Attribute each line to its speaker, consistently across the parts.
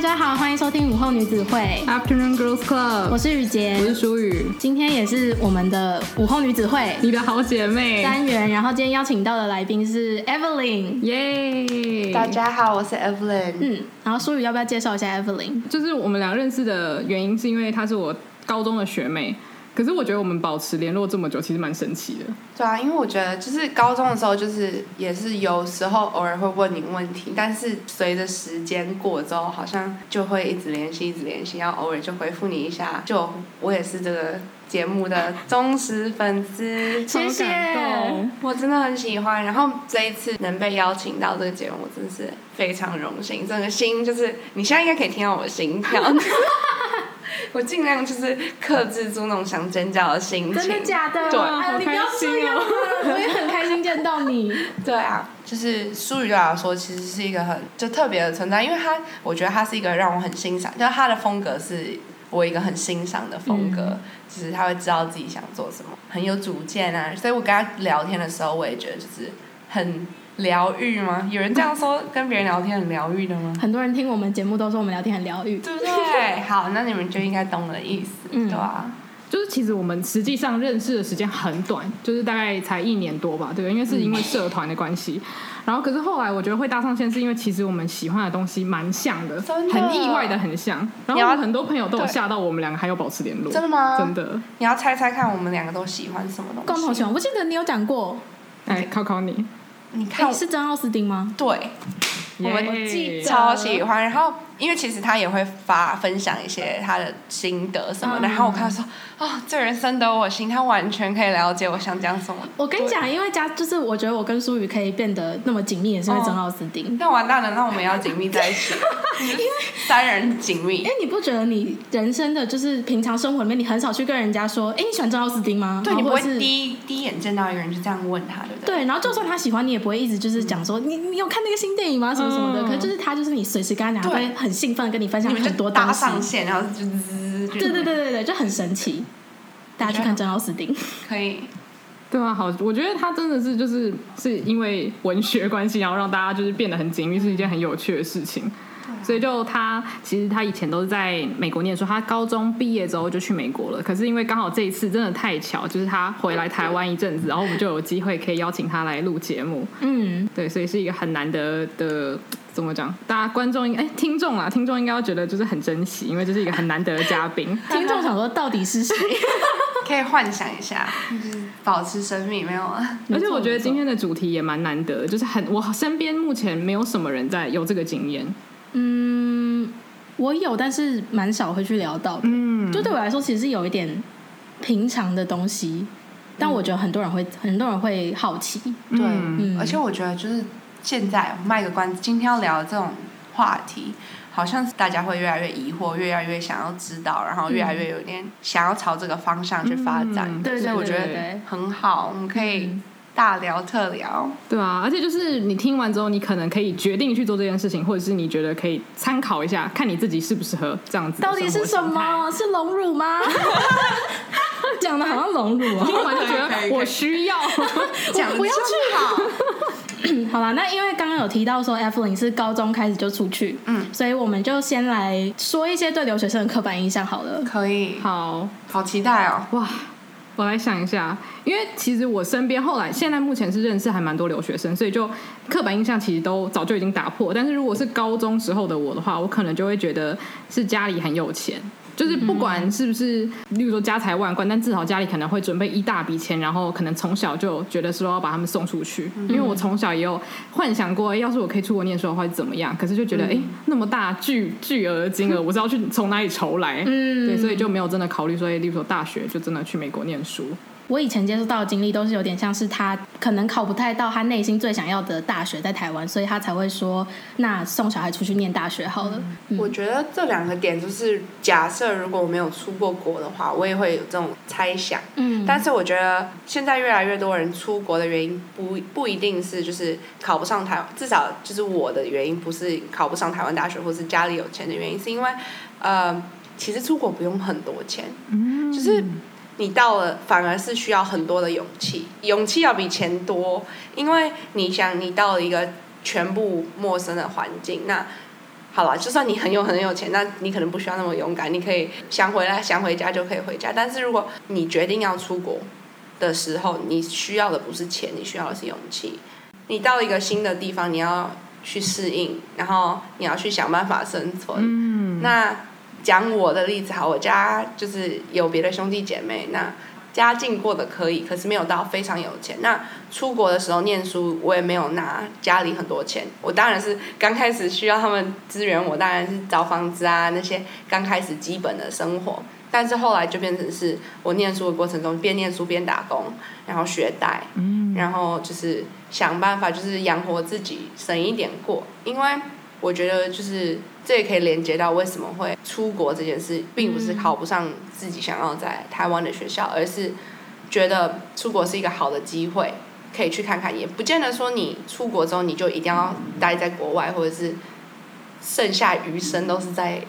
Speaker 1: 家好，欢迎收听午后女子会，
Speaker 2: Afternoon
Speaker 1: 我
Speaker 2: Girls Club，
Speaker 1: 是雨洁
Speaker 2: 我，是舒雨，
Speaker 1: 今天也是我们的午后女子会
Speaker 2: 你的好姐妹，
Speaker 1: 单元，然后今天邀请到的来宾是 Evelyn，
Speaker 2: 耶！
Speaker 3: 大家好，我是 Evelyn。
Speaker 1: 嗯，然后舒雨要不要介绍一下 Evelyn？
Speaker 2: 就是我们俩认识的原因，是因为她是我高中的学妹。可是我觉得我们保持联络这么久，其实蛮神奇的。
Speaker 3: 对啊，因为我觉得就是高中的时候，就是也是有时候偶尔会问你问题，但是随着时间过之后，好像就会一直联系，一直联系，然后偶尔就回复你一下。就我也是这个节目的忠实粉 丝，
Speaker 1: 谢谢
Speaker 2: 超感动
Speaker 3: 我真的很喜欢。然后这一次能被邀请到这个节目，我真是非常荣幸。整个心就是你现在应该可以听到我的心跳。 我尽量就是克制住那种想尖叫的心情。
Speaker 1: 真的假的？
Speaker 2: 对
Speaker 1: 哎呦你不要这样啊！我也很开心见到你。
Speaker 3: 对啊，就是苏雨对我来说，其实是一个很就特别的存在，因为他，我觉得他是一个让我很欣赏，就是他的风格是我一个很欣赏的风格，就是他会知道自己想做什么，很有主见啊。所以我跟他聊天的时候，我也觉得就是很疗愈吗？有人这样说跟别人聊天很疗愈的 吗？
Speaker 1: 很多人听我们节目都说我们聊天很疗愈，
Speaker 3: 对不对？好，那你们就应该懂我的意思，
Speaker 1: 嗯
Speaker 3: 对啊。
Speaker 2: 就是其实我们实际上认识的时间很短，就是大概才一年多吧，对不对？因为是因为社团的关系。然后可是后来我觉得会搭上线，是因为其实我们喜欢的东西蛮像的，
Speaker 3: 真的
Speaker 2: 很意外的很像。然
Speaker 3: 你
Speaker 2: 后
Speaker 3: 要
Speaker 2: 很多朋友都有
Speaker 3: 对
Speaker 2: 吓到我们两个还有保持联络，
Speaker 3: 真的吗？
Speaker 2: 真。的。
Speaker 3: 你要猜猜看，我们两个都喜欢什么东西？
Speaker 1: 共同喜欢。我记得你有讲过，
Speaker 2: 来考考你，
Speaker 3: 你看
Speaker 1: 哎，
Speaker 3: 我，
Speaker 1: 是真奥斯汀吗？
Speaker 3: 对，我们
Speaker 2: 耶
Speaker 1: 记得
Speaker 3: 超喜欢。然后，因为其实他也会发分享一些他的心得什么
Speaker 1: 嗯
Speaker 3: 的。然后我看到说，哦，这人深得我心，他完全可以了解我想讲什么。
Speaker 1: 我跟你讲，因为家就是我觉得我跟苏雨可以变得那么紧密，也是因为真奥斯汀。
Speaker 3: 那完蛋了，那我们要紧密在一起，三人紧密
Speaker 1: 因哎为。你不觉得你人生的就是平常生活里面，你很少去跟人家说，哎、你喜欢珍奥斯汀吗？
Speaker 3: 对，
Speaker 1: 然
Speaker 3: 你
Speaker 1: 后
Speaker 3: 不
Speaker 1: 哦或
Speaker 3: 会
Speaker 1: 者是
Speaker 3: 第一第一眼见到一个人就这样问他，对不对？
Speaker 1: 对，然后就算他喜欢你，也不会一直就是讲说、你你有看那个新电影吗？什么什么的。
Speaker 2: 嗯
Speaker 1: 可就是他就是你随时跟他讲，
Speaker 3: 对
Speaker 1: 会很兴奋地跟你分享
Speaker 3: 你们
Speaker 1: 很
Speaker 3: 就
Speaker 1: 多东
Speaker 3: 搭
Speaker 1: 西。
Speaker 3: 上线，然后就滋。就
Speaker 1: 对对对对对，就很神奇。大家去看珍奥斯 汀，
Speaker 3: 可以。
Speaker 2: 对啊，好，我觉得他真的是就是是因为文学关系，然后让大家就是变得很紧密，是一件很有趣的事情。所以就他其实他以前都是在美国念书，他高中毕业之后就去美国了。可是因为刚好这一次真的太巧，就是他回来台湾一阵子，然后我们就有机会可以邀请他来录节目。
Speaker 1: 嗯，
Speaker 2: 对，所以是一个很难得的。怎么讲？大家观众应哎，听众啊，听众应该要觉得就是很珍惜，因为这是一个很难得的嘉宾。
Speaker 1: 听众想说到底是谁？
Speaker 3: 可以幻想一下，就是保持神秘，没有啊？
Speaker 2: 而且我觉得今天的主题也蛮难得，就是很我身边目前没有什么人在有这个经验。
Speaker 1: 嗯，我有，但是蛮少会去聊到的。
Speaker 2: 嗯，
Speaker 1: 就对我来说，其实是有一点平常的东西，但我觉得很多人会，很多人会好奇。
Speaker 3: 对，
Speaker 2: 嗯
Speaker 3: 而且我觉得就是现在我卖个关子，今天要聊的这种话题，好像是大家会越来越疑惑，越来越想要知道，然后越来越有点想要朝这个方向去发展。
Speaker 2: 嗯
Speaker 1: 嗯对对
Speaker 3: 所以我觉
Speaker 1: 对对对嗯
Speaker 3: 得很好，我们可以大聊特聊。
Speaker 2: 对啊，而且就是你听完之后，你可能可以决定去做这件事情，或者是你觉得可以参考一下，看你自己适不适合这样子。
Speaker 1: 到底是什？么？是隆乳吗？ 讲的好像隆乳 哦。
Speaker 2: 听完就觉得我 需要。
Speaker 3: 讲得
Speaker 1: 不要
Speaker 3: 真 好，
Speaker 1: 好啦，那因为刚刚有提到说 Evelyn 是高中开始就出去，
Speaker 3: 嗯，
Speaker 1: 所以我们就先来说一些对留学生的刻板印象好了。
Speaker 3: 可以，
Speaker 2: 好
Speaker 3: 好期待哦。
Speaker 2: 哇，我来想一下，因为其实我身边后来现在目前是认识还蛮多留学生，所以就刻板印象其实都早就已经打破。但是如果是高中时候的我的话，我可能就会觉得是家里很有钱。就是不管是不是，例如说家财万贯，但至少家里可能会准备一大笔钱，然后可能从小就觉得说要把他们送出去。因为我从小也有幻想过，诶要是我可以出国念书的话，怎么样？可是就觉得，哎、那么大巨巨额的金额，我是要去从哪里筹来？
Speaker 1: 嗯
Speaker 2: 对，所以就没有真的考虑说，哎诶例如说大学就真的去美国念书。
Speaker 1: 我以前接触到的经历都是有点像是他可能考不太到他内心最想要的大学在台湾，所以他才会说那送小孩出去念大学好了。嗯
Speaker 3: 我觉得这两个点就是，假设如果我没有出过国的话，我也会有这种猜想。
Speaker 1: 嗯，
Speaker 3: 但是我觉得现在越来越多人出国的原因不不一定是就是考不上台湾，至少就是我的原因不是考不上台湾大学，或是家里有钱的原因，是因为呃，其实出国不用很多钱，
Speaker 2: 嗯
Speaker 3: 就是你到了反而是需要很多的勇气，勇气要比钱多，因为你想你到了一个全部陌生的环境，那好了，就算你很有很有钱，那你可能不需要那么勇敢，你可以想回来想回家就可以回家。但是如果你决定要出国的时候，你需要的不是钱，你需要的是勇气。你到一个新的地方，你要去适应，然后你要去想办法生存。
Speaker 2: 嗯，
Speaker 3: 那讲我的例子好，我家就是有别的兄弟姐妹，那家境过得可以，可是没有到非常有钱。那出国的时候念书，我也没有拿家里很多钱，我当然是刚开始需要他们支援我，当然是找房子啊那些刚开始基本的生活。但是后来就变成是我念书的过程中，边念书边打工，然后学贷，然后就是想办法就是养活自己，省一点过，因为。我觉得就是这也可以连接到为什么会出国这件事，并不是考不上自己想要在台湾的学校，而是觉得出国是一个好的机会，可以去看看，也不见得说你出国之后你就一定要待在国外，或者是剩下余生都是在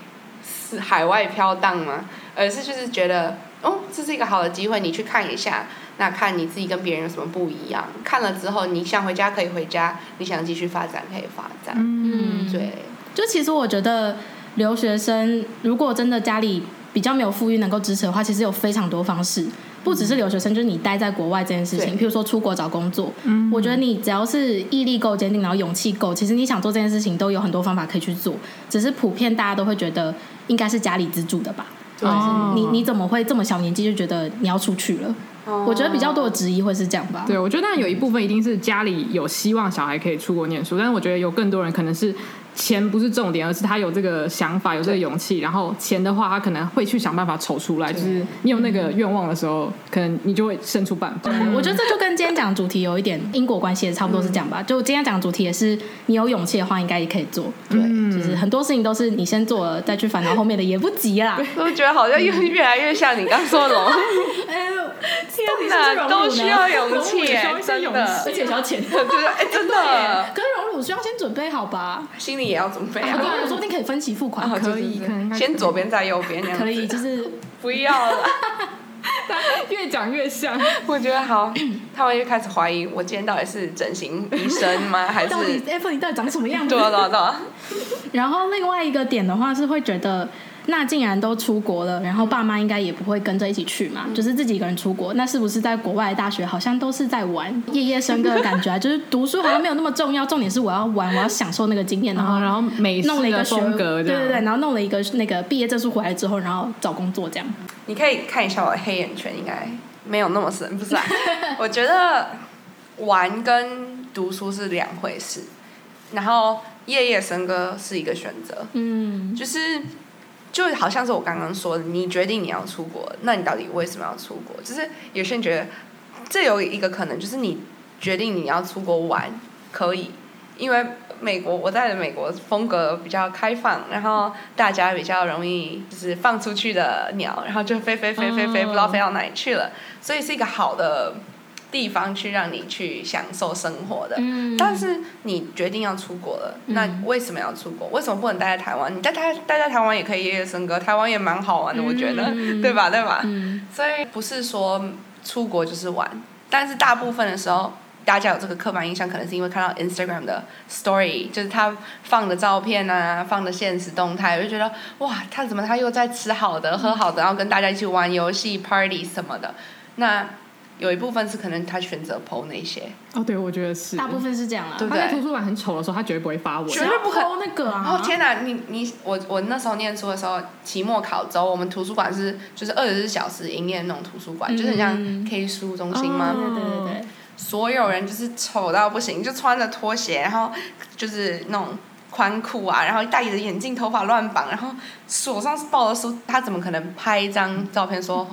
Speaker 3: 是海外飘荡嘛，而是就是觉得哦，这是一个好的机会，你去看一下，那看你自己跟别人有什么不一样，看了之后你想回家可以回家，你想继续发展可以发展，
Speaker 1: 嗯，
Speaker 3: 对。
Speaker 1: 就其实我觉得留学生如果真的家里比较没有富裕能够支持的话，其实有非常多方式，不只是留学生，就是你待在国外这件事情，
Speaker 3: 对
Speaker 1: 譬如说出国找工作，我觉得你只要是毅力够坚定，然后勇气够，其实你想做这件事情都有很多方法可以去做，只是普遍大家都会觉得应该是家里资助的吧。
Speaker 3: 对
Speaker 2: 哦
Speaker 1: 你你怎么会这么小年纪就觉得你要出去了？
Speaker 3: 哦
Speaker 1: 我觉得比较多的质疑会是这样吧。
Speaker 2: 对，我觉得当然有一部分一定是家里有希望小孩可以出国念书，但是我觉得有更多人可能是钱不是重点，而是他有这个想法，有这个勇气，然后钱的话，他可能会去想办法筹出来。就是你有那个愿望的时候，可能你就会生出办法。
Speaker 1: 我觉得这就跟今天讲的主题有一点因果关系，也差不多是这样吧。就今天讲的主题也是，你有勇气的话，应该也可以做。对，就是很多事情都是你先做了，再去烦恼后面的也不急啦。
Speaker 3: 我觉得好像又越来越像你刚说的哦，
Speaker 1: 哎呦，
Speaker 3: 真
Speaker 1: 天
Speaker 3: 的都需要勇
Speaker 2: 我
Speaker 3: 气
Speaker 2: 也需
Speaker 3: 耶
Speaker 2: 要一，些
Speaker 3: 真
Speaker 2: 勇
Speaker 3: 的
Speaker 2: 气，
Speaker 1: 而且需要钱。
Speaker 3: 就是哎，真的，
Speaker 1: 可是荣辱需要先准备好吧？
Speaker 3: 心里也要准备
Speaker 1: 我跟
Speaker 3: 啊。
Speaker 1: 我说不定可以分期付款，
Speaker 2: 可以
Speaker 3: 就是
Speaker 2: 可能应该
Speaker 3: 先左边再右边这样子
Speaker 1: 可以，就是
Speaker 3: 不要了。
Speaker 2: 越讲越像。
Speaker 3: 我觉得 好，他们又开始怀疑我今天到底是整形医生 吗？还是
Speaker 1: 到底 Apple 你到底长什么样子
Speaker 3: 对？啊对啊对啊，
Speaker 1: 然后另外一个点的话是会觉得，那既然都出国了，然后爸妈应该也不会跟着一起去嘛，
Speaker 3: 嗯
Speaker 1: 就是自己一个人出国，那是不是在国外的大学好像都是在 玩夜夜笙歌的感觉啊？就是读书好像没有那么重要，重点是我要玩，我要享受那个经验，然
Speaker 2: 然后
Speaker 3: 哦
Speaker 1: 后
Speaker 2: 然后美式
Speaker 1: 弄了一
Speaker 2: 的
Speaker 1: 个学
Speaker 2: 风格，
Speaker 1: 对
Speaker 2: 这样
Speaker 1: 对对，然后弄了一个那个毕业证书回来之后，然后找工作这样。
Speaker 3: 你可以看一下我的黑眼圈，应该没有那么深，不 是、啊？我觉得玩跟读书是两回事，然后夜夜笙歌是一个选择。
Speaker 1: 嗯，
Speaker 3: 就是就好像是我刚刚说的，你决定你要出国，那你到底为什么要出国？就是有些人觉得嗯这有一个可能，就是你决定你要出国玩可以，因为美国我在美国风格比较开放，然后大家比较容易就是放出去的鸟，然后就飞飞飞飞飞，
Speaker 2: 哦
Speaker 3: 不知道飞到哪里去了，所以是一个好的地方去让你去享受生活的。
Speaker 1: 嗯
Speaker 3: 但是你决定要出国了，那为什么要出国？为什么不能待在台湾？你待台待在台湾也可以夜夜笙歌，台湾也蛮好玩的，我觉得，对吧？对吧？
Speaker 1: 嗯
Speaker 3: 所以不是说出国就是玩，但是大部分的时候，大家有这个刻板印象，可能是因为看到 Instagram 的 story，就是他放的照片啊，放的现实动态，我就觉得哇，他怎么他又在吃好的、喝好的，然后跟大家一起玩游戏、party 什么的。那有一部分是可能他选择 PO 那些，
Speaker 2: 哦，对，我觉得是。
Speaker 1: 大部分是这样啦
Speaker 3: 对。
Speaker 2: 他在图书馆很丑的时候，他绝对不会发文。
Speaker 3: 绝对不
Speaker 1: 只
Speaker 3: 可
Speaker 1: 要抠那个啊！
Speaker 3: 哦天哪，你你我我那时候念书的时候，期末考周，我们图书馆是就是二十四小时营业那种图书馆，就是很像 K 书中心吗？
Speaker 2: 嗯哦
Speaker 1: 对对对对，
Speaker 3: 所有人就是丑到不行，就穿着拖鞋，然后就是那种宽裤啊，然后戴着眼镜，头发乱绑，然后手上是抱着书，他怎么可能拍一张照片说，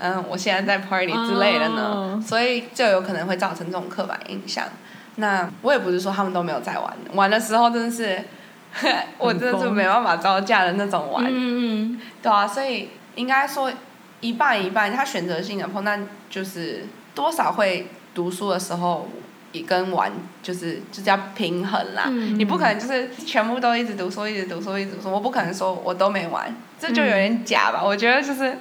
Speaker 3: 嗯，我现在在 party 之类的呢？
Speaker 2: 哦
Speaker 3: 所以就有可能会造成这种刻板印象。那我也不是说他们都没有在玩，玩的时候真的是， 我真的是没办法招架的那种玩。
Speaker 1: 嗯嗯
Speaker 3: 对啊，所以应该说一半一半，他选择性的碰，那就是多少会读书的时候也跟玩，就是就是要平衡啦。
Speaker 1: 嗯
Speaker 3: 你不可能就是全部都一直读书，一直读书，一直读书，我不可能说我都没玩，这就有点假吧？我觉得就是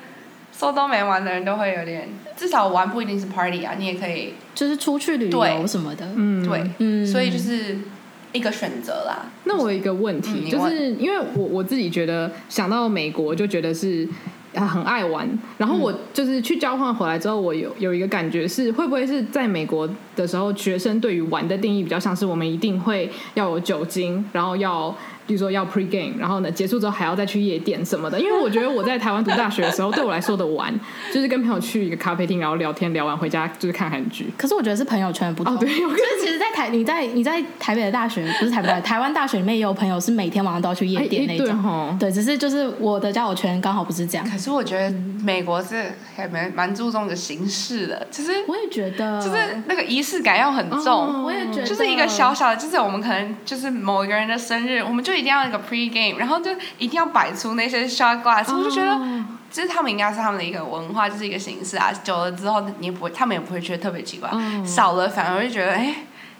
Speaker 3: 说都没玩的人都会有点，至少玩不一定是 party 啊，你也可以
Speaker 1: 嗯，就是出去旅
Speaker 3: 对
Speaker 1: 游什么的。
Speaker 2: 嗯，
Speaker 3: 对，
Speaker 1: 嗯，
Speaker 3: 所以就是一个选择啦。
Speaker 2: 那我有一个问题，
Speaker 3: 嗯你
Speaker 2: 就
Speaker 3: 问
Speaker 2: 是因为我我自己觉得想到美国就觉得是。啊很爱玩，然后
Speaker 3: 嗯
Speaker 2: 我就是去交换回来之后，我有有一个感觉是，会不会是在美国的时候，学生对于玩的定义比较像是我们一定会要有酒精，然后要比如说要 pre game，然后呢结束之后还要再去夜店什么的。因为我觉得我在台湾读大学的时候，对我来说的玩就是跟朋友去一个咖啡厅，然后聊天，聊完回家就是看韩剧。
Speaker 1: 可是我觉得是朋友圈的不同。
Speaker 2: 哦，对，有可
Speaker 1: 就是其实，在台你在你在台北的大学，不是台北大学，台湾大学里面也有朋友是每天晚上都要去夜店
Speaker 2: 哎
Speaker 1: 那
Speaker 2: 哎
Speaker 1: 种。
Speaker 2: 对吼
Speaker 1: 对，只是就是我的交友圈刚好不是这样。
Speaker 3: 可是我觉得美国是还蛮蛮注重的形式的，就是
Speaker 1: 我也觉得，
Speaker 3: 就是那个仪式感要很重。
Speaker 2: 哦
Speaker 1: 嗯我也觉得，
Speaker 3: 就是一个小小的，就是我们可能就是某一个人的生日，我们就一定要一个 pre game，然后就一定要摆出那些 shot glass，、我就
Speaker 1: 嗯
Speaker 3: 觉得
Speaker 2: 哦
Speaker 3: 就是他们应该是他们的一个文化，就是一个形式啊。久了之后，你也不会，他们也不会觉得特别奇怪，
Speaker 2: 嗯
Speaker 3: 少了反而就觉得，哎、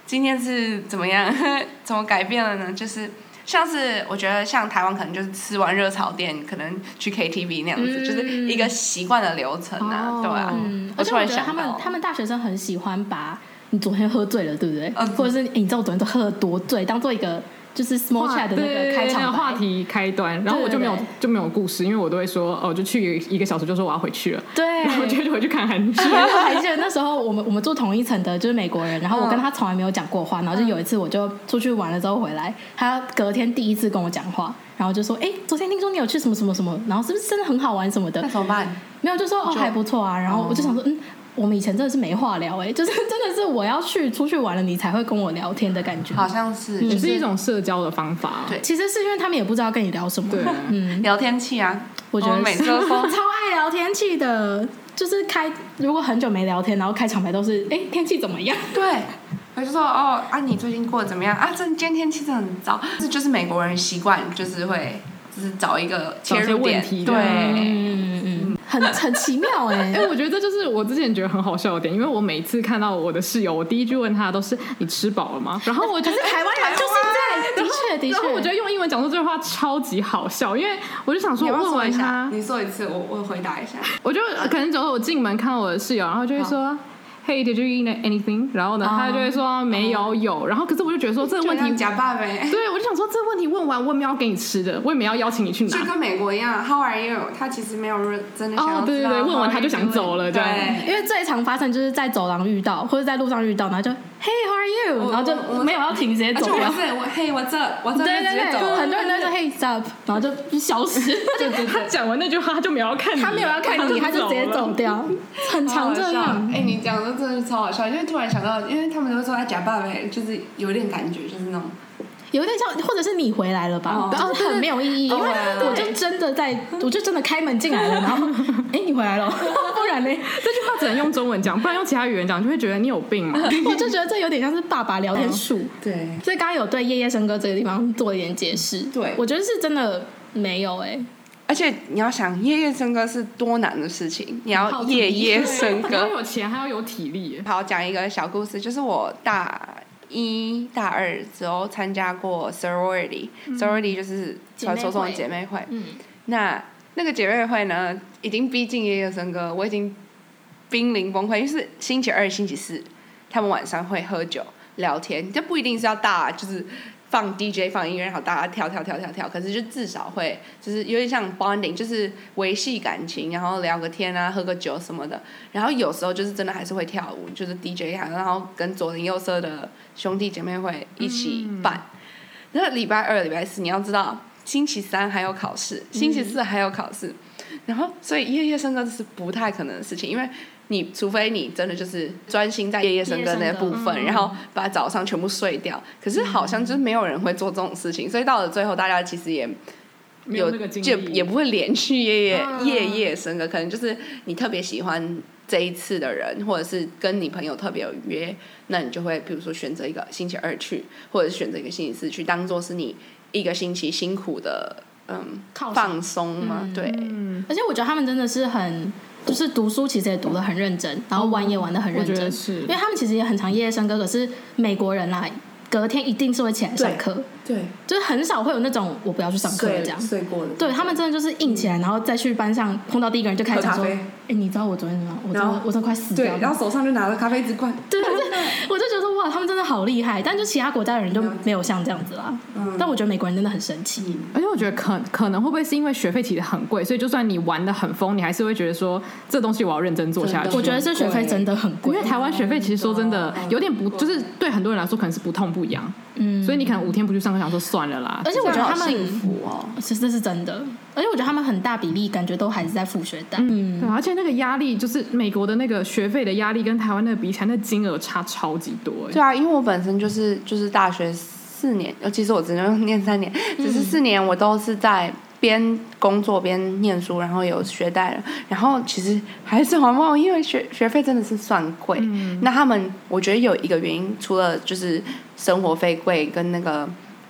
Speaker 3: 今天是怎么样， 怎么改变了呢？就是像是我觉得像台湾可能就是吃完热炒店，可能去 KTV 那样子，
Speaker 1: 嗯
Speaker 3: 就是一个习惯的流程啊，
Speaker 2: 哦
Speaker 3: 对啊。
Speaker 1: 嗯，
Speaker 3: 我
Speaker 1: 而且
Speaker 3: 突
Speaker 1: 我
Speaker 3: 然
Speaker 1: 觉得
Speaker 3: 想
Speaker 1: 他们
Speaker 3: 到，
Speaker 1: 他们大学生很喜欢把你昨天喝醉了，对不对？
Speaker 3: 嗯
Speaker 1: 或者是诶你知道我昨天都喝了多醉，当做一个就是 small
Speaker 2: 话
Speaker 1: chat 哦的那
Speaker 2: 对
Speaker 1: 个开
Speaker 2: 那
Speaker 1: 场
Speaker 2: 个
Speaker 1: 白
Speaker 2: 话。题开端，然后我就没有
Speaker 1: 对对对
Speaker 2: 就没有故事，因为我都会说哦，就去一个小时就说我要回去了，
Speaker 1: 对，
Speaker 2: 然 后就就回去看韩 剧。
Speaker 1: 我还记得那时候我们我们住同一层的，就是美国人，然后
Speaker 3: 嗯
Speaker 1: 我跟他从来没有讲过话，然后就有一次我就出去玩了之后回来，他隔天第一次跟我讲话，然后就说：“哎、昨天听说你有去什么什么什么，然后是不是真的很好玩什么的
Speaker 3: 那怎么办？？”
Speaker 1: 没有，就说哦还不错啊，然后我就
Speaker 3: 哦
Speaker 1: 想说，嗯，我们以前真的是没话聊哎、就是真的是我要去出去玩了，你才会跟我聊天的感觉。
Speaker 3: 好像是、
Speaker 2: 也
Speaker 3: 就是是
Speaker 2: 一种社交的方法，啊
Speaker 3: 对
Speaker 1: 其实是因为他们也不知道跟你聊什么，
Speaker 2: 对，
Speaker 1: 嗯，
Speaker 3: 聊天器啊，
Speaker 1: 我觉得
Speaker 3: 们每次都
Speaker 1: 我
Speaker 3: 说
Speaker 1: 超爱聊天气的，就是开如果很久没聊天，然后开场白都是哎、天气怎么样？
Speaker 3: 对，我就说哦啊，你最近过得怎么样啊？这今天天气真的很糟，这就是美国人习惯，就是会就是找一个
Speaker 2: 找
Speaker 3: 切
Speaker 2: 一些
Speaker 3: 入
Speaker 2: 问
Speaker 3: 点，
Speaker 2: 题
Speaker 3: 对，
Speaker 1: 嗯嗯，嗯，很很奇妙哎、
Speaker 2: 哎、 我觉得这就是我之前觉得很好笑的点，因为我每次看到我的室友，我第一句问他都是“你吃饱了吗？”然后我就哎
Speaker 1: 可是台湾人就是这样，的确的
Speaker 2: 然
Speaker 1: 确，
Speaker 2: 后我觉得用英文讲出这句话超级好笑，因为我就想说，
Speaker 3: 你
Speaker 2: 我
Speaker 3: 要不要
Speaker 2: 问
Speaker 3: 说一
Speaker 2: 完
Speaker 3: 下
Speaker 2: 他，，
Speaker 3: 你说一次，我我回答一下。
Speaker 2: 我就呃可能走到我进门看到我的室友，然后就会说。Hey, did you eat anything？然后呢，
Speaker 1: 哦
Speaker 2: 他就会说没有有。然后，可是我就觉得说这个问
Speaker 3: 就像
Speaker 2: 题，
Speaker 3: 假爸呗，
Speaker 2: 对我就想说这个问题问完，我也没有要给你吃的，我也没有要邀请你去
Speaker 3: 就
Speaker 2: 哪。
Speaker 3: 跟美国一样，How are you？他其实没有真的想要
Speaker 2: 哦对对
Speaker 3: 知道
Speaker 2: 对
Speaker 3: how
Speaker 2: 问完
Speaker 3: are
Speaker 2: 他就
Speaker 3: you
Speaker 2: 想走了
Speaker 3: doing？
Speaker 2: 这样
Speaker 3: 对。
Speaker 1: 因为最常发生就是在走廊遇到，或者在路上遇到，然后就 Hey how are you，
Speaker 3: 我
Speaker 1: 然后
Speaker 3: 我
Speaker 1: 就
Speaker 3: 我
Speaker 1: 没有要停，直接
Speaker 3: 而且
Speaker 1: 走
Speaker 3: 我
Speaker 1: 了。
Speaker 3: 是我嘿，我这我这
Speaker 1: 对
Speaker 3: 就直
Speaker 1: 对
Speaker 3: 接走
Speaker 1: 对，
Speaker 3: 了，
Speaker 1: 很多人都说 Hey stop，然后就消失，
Speaker 3: 对对对
Speaker 2: 他讲完那句话，他就没有要看你，
Speaker 1: 他没有要看你，他就直接
Speaker 2: 了
Speaker 1: 走掉，很
Speaker 3: 好
Speaker 1: 常
Speaker 3: 好
Speaker 1: 这
Speaker 3: 笑！
Speaker 1: 样。
Speaker 3: 哎、你讲的真的是超好笑，因为突然想到，因为他们都会说他假爸呗，就是有点感觉，就是那种
Speaker 1: 有点像，或者是你回来了吧，
Speaker 3: 哦
Speaker 1: 就是很没有意义，因
Speaker 3: 对
Speaker 1: 为
Speaker 3: 对对
Speaker 1: 我就真的在，我就真的开门进来了，然后， 哎，你回来了， 不然呢？
Speaker 2: 这句话只能用中文讲，不然用其他语言讲就会觉得你有病嘛。
Speaker 1: 我就觉得这有点像是爸爸聊天术，
Speaker 3: 嗯对。
Speaker 1: 所以刚刚有对夜夜笙歌这个地方做一点解释，
Speaker 3: 对
Speaker 1: 我觉得是真的没有哎、
Speaker 3: 而且你要想，夜夜笙歌是多难的事情，你
Speaker 1: 好
Speaker 3: 要夜夜笙
Speaker 2: 还要
Speaker 3: 歌。
Speaker 2: 有钱，还要有体力耶。
Speaker 3: 好，讲一个小故事，就是我大一大二之后参加过 sorority，sorority、sorority 就是传说中的嗯姐妹会。
Speaker 1: 嗯，
Speaker 3: 那那个姐妹会呢，已经逼近夜夜笙歌，我已经濒临崩溃，就是星期二、星期四，他们晚上会喝酒聊天，就不一定是要大，就是放 DJ 放音乐，然后大家跳跳跳跳跳，可是就至少会就是有点像 bonding，就是维系感情，然后聊个天啊，喝个酒什么的。然后有时候就是真的还是会跳舞，就是 DJ 还然后跟左邻右舍的兄弟姐妹会一起办。那礼拜二、礼拜四，你要知道，星期三还有考试，星期四还有考试，然后所以夜夜笙歌是不太可能的事情，因为你除非你真的就是专心在夜夜笙歌那嗯部分，然后把早上全部睡掉。可是好像就是没有人会做这种事情，所以到了最后，大家其实也
Speaker 2: 没有那个经
Speaker 3: 就
Speaker 2: 历
Speaker 3: 也不会连续夜夜、
Speaker 1: 嗯
Speaker 3: 夜夜笙歌，可能就是你特别喜欢这一次的人，或者是跟你朋友特别有约，那你就会比如说选择一个星期二去，或者是选择一个星期四去，当做是你一个星期辛苦的嗯
Speaker 1: 犒赏
Speaker 3: 放松嘛，对。
Speaker 2: 嗯，
Speaker 1: 而且我觉得他们真的是很，就是读书其实也读得很认真，然后玩也玩得很
Speaker 2: 我
Speaker 1: 认
Speaker 2: 觉
Speaker 1: 真，
Speaker 2: 得是
Speaker 1: 因为。他们其实也很常夜夜笙歌，可是美国人啦，隔天一定是会起来上课，
Speaker 3: 对，
Speaker 1: 就是很少会有那种我不要去上课这样。
Speaker 3: 睡过的。
Speaker 1: 对他们真的就是硬起来，然后再去班上碰到第一个人就开始
Speaker 3: 喝
Speaker 1: 讲
Speaker 3: 咖
Speaker 1: 说
Speaker 3: 啡，
Speaker 1: 哎，你知道我昨天怎么样？我真
Speaker 4: 然后
Speaker 1: 的我真的快死
Speaker 4: 对
Speaker 1: 掉，
Speaker 4: 然
Speaker 1: 了。
Speaker 4: 后手上就拿着咖啡一直灌，
Speaker 1: 对对对，我就觉得哇，他们真的好厉害，但就其他国家的人就
Speaker 4: 了解
Speaker 1: 没有像这样子啦。
Speaker 4: 嗯
Speaker 1: 但我觉得美国人真的很神奇，
Speaker 2: 而且我觉得可可能会不会是因为学费其实很贵，所以就算你玩的很疯，你还是会觉得说这东西我要认真做下
Speaker 4: 真
Speaker 2: 去
Speaker 4: 的。
Speaker 1: 我觉得这学费真的很
Speaker 2: 嗯因
Speaker 1: 贵
Speaker 2: 为。台湾学费其实说真的有点不，就是对很多人来说可能是不痛不痒，
Speaker 1: 嗯，
Speaker 2: 所以你可能五天不去上课，想说算了啦
Speaker 1: 而。且我觉得他们
Speaker 3: 幸福哦，
Speaker 1: 其实这是真的，而且我觉得他们很大比例感觉都还是在付学贷。嗯，
Speaker 2: 对，而且那个压力就是美国的那个学费的压力跟台湾那个比起来，那金额差超级多、欸。
Speaker 3: 对啊，因为我本身就是就是大学四年，尤其是我只能念三年，只是四年我都是在边工作边念书，然后有学贷了，然后其实还是还不完，因为学学费真的是算贵。那他们我觉得有一个原因，除了就是生活费贵跟那个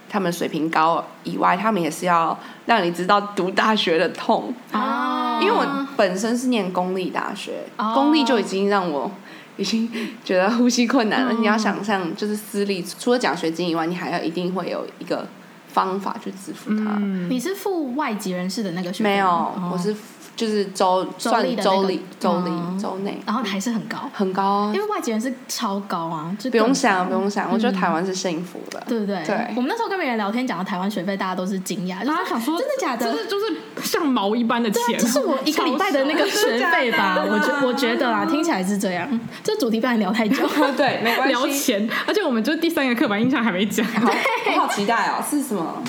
Speaker 3: 他们水平高以外，他们也是要让你知道读大学的痛。
Speaker 1: 哦
Speaker 3: 因为我本身是念公立大学，
Speaker 1: 哦
Speaker 3: 公立就已经让我已经觉得呼吸困难
Speaker 1: 嗯
Speaker 3: 了。你要想象，就是私立除了奖学金以外，你还要一定会有一个方法去支付它。
Speaker 2: 嗯
Speaker 1: 你是付外籍人士的那个学费吗
Speaker 3: 没有，
Speaker 1: 嗯哦
Speaker 3: 我是就是周
Speaker 1: 周
Speaker 3: 算
Speaker 1: 立的那个
Speaker 3: 周里周里
Speaker 1: 哦
Speaker 3: 周内
Speaker 1: 然后还是很高，
Speaker 3: 很高啊
Speaker 1: 因，为外籍人是超高啊，就
Speaker 3: 不用
Speaker 1: 更
Speaker 3: 想
Speaker 1: 高
Speaker 3: 不用想，我
Speaker 1: 嗯
Speaker 3: 觉得台湾是幸福的。
Speaker 1: 对不对？
Speaker 3: 对
Speaker 1: 我们那时候跟别人聊天讲到台湾学费，大家都是惊讶，就是
Speaker 2: 大家想说
Speaker 1: 啊真的假的？
Speaker 2: 这是就是像毛一般的
Speaker 1: 对
Speaker 2: 钱，
Speaker 1: 啊，这是我一个礼拜的那个学费吧？我觉我觉得啊，听起来是这样。这主题不然聊太久，
Speaker 4: 对，没关
Speaker 2: 聊
Speaker 4: 系，
Speaker 2: 钱，而且我们就第三个刻板印象还没讲。
Speaker 4: 好，我好期待哦，是什么？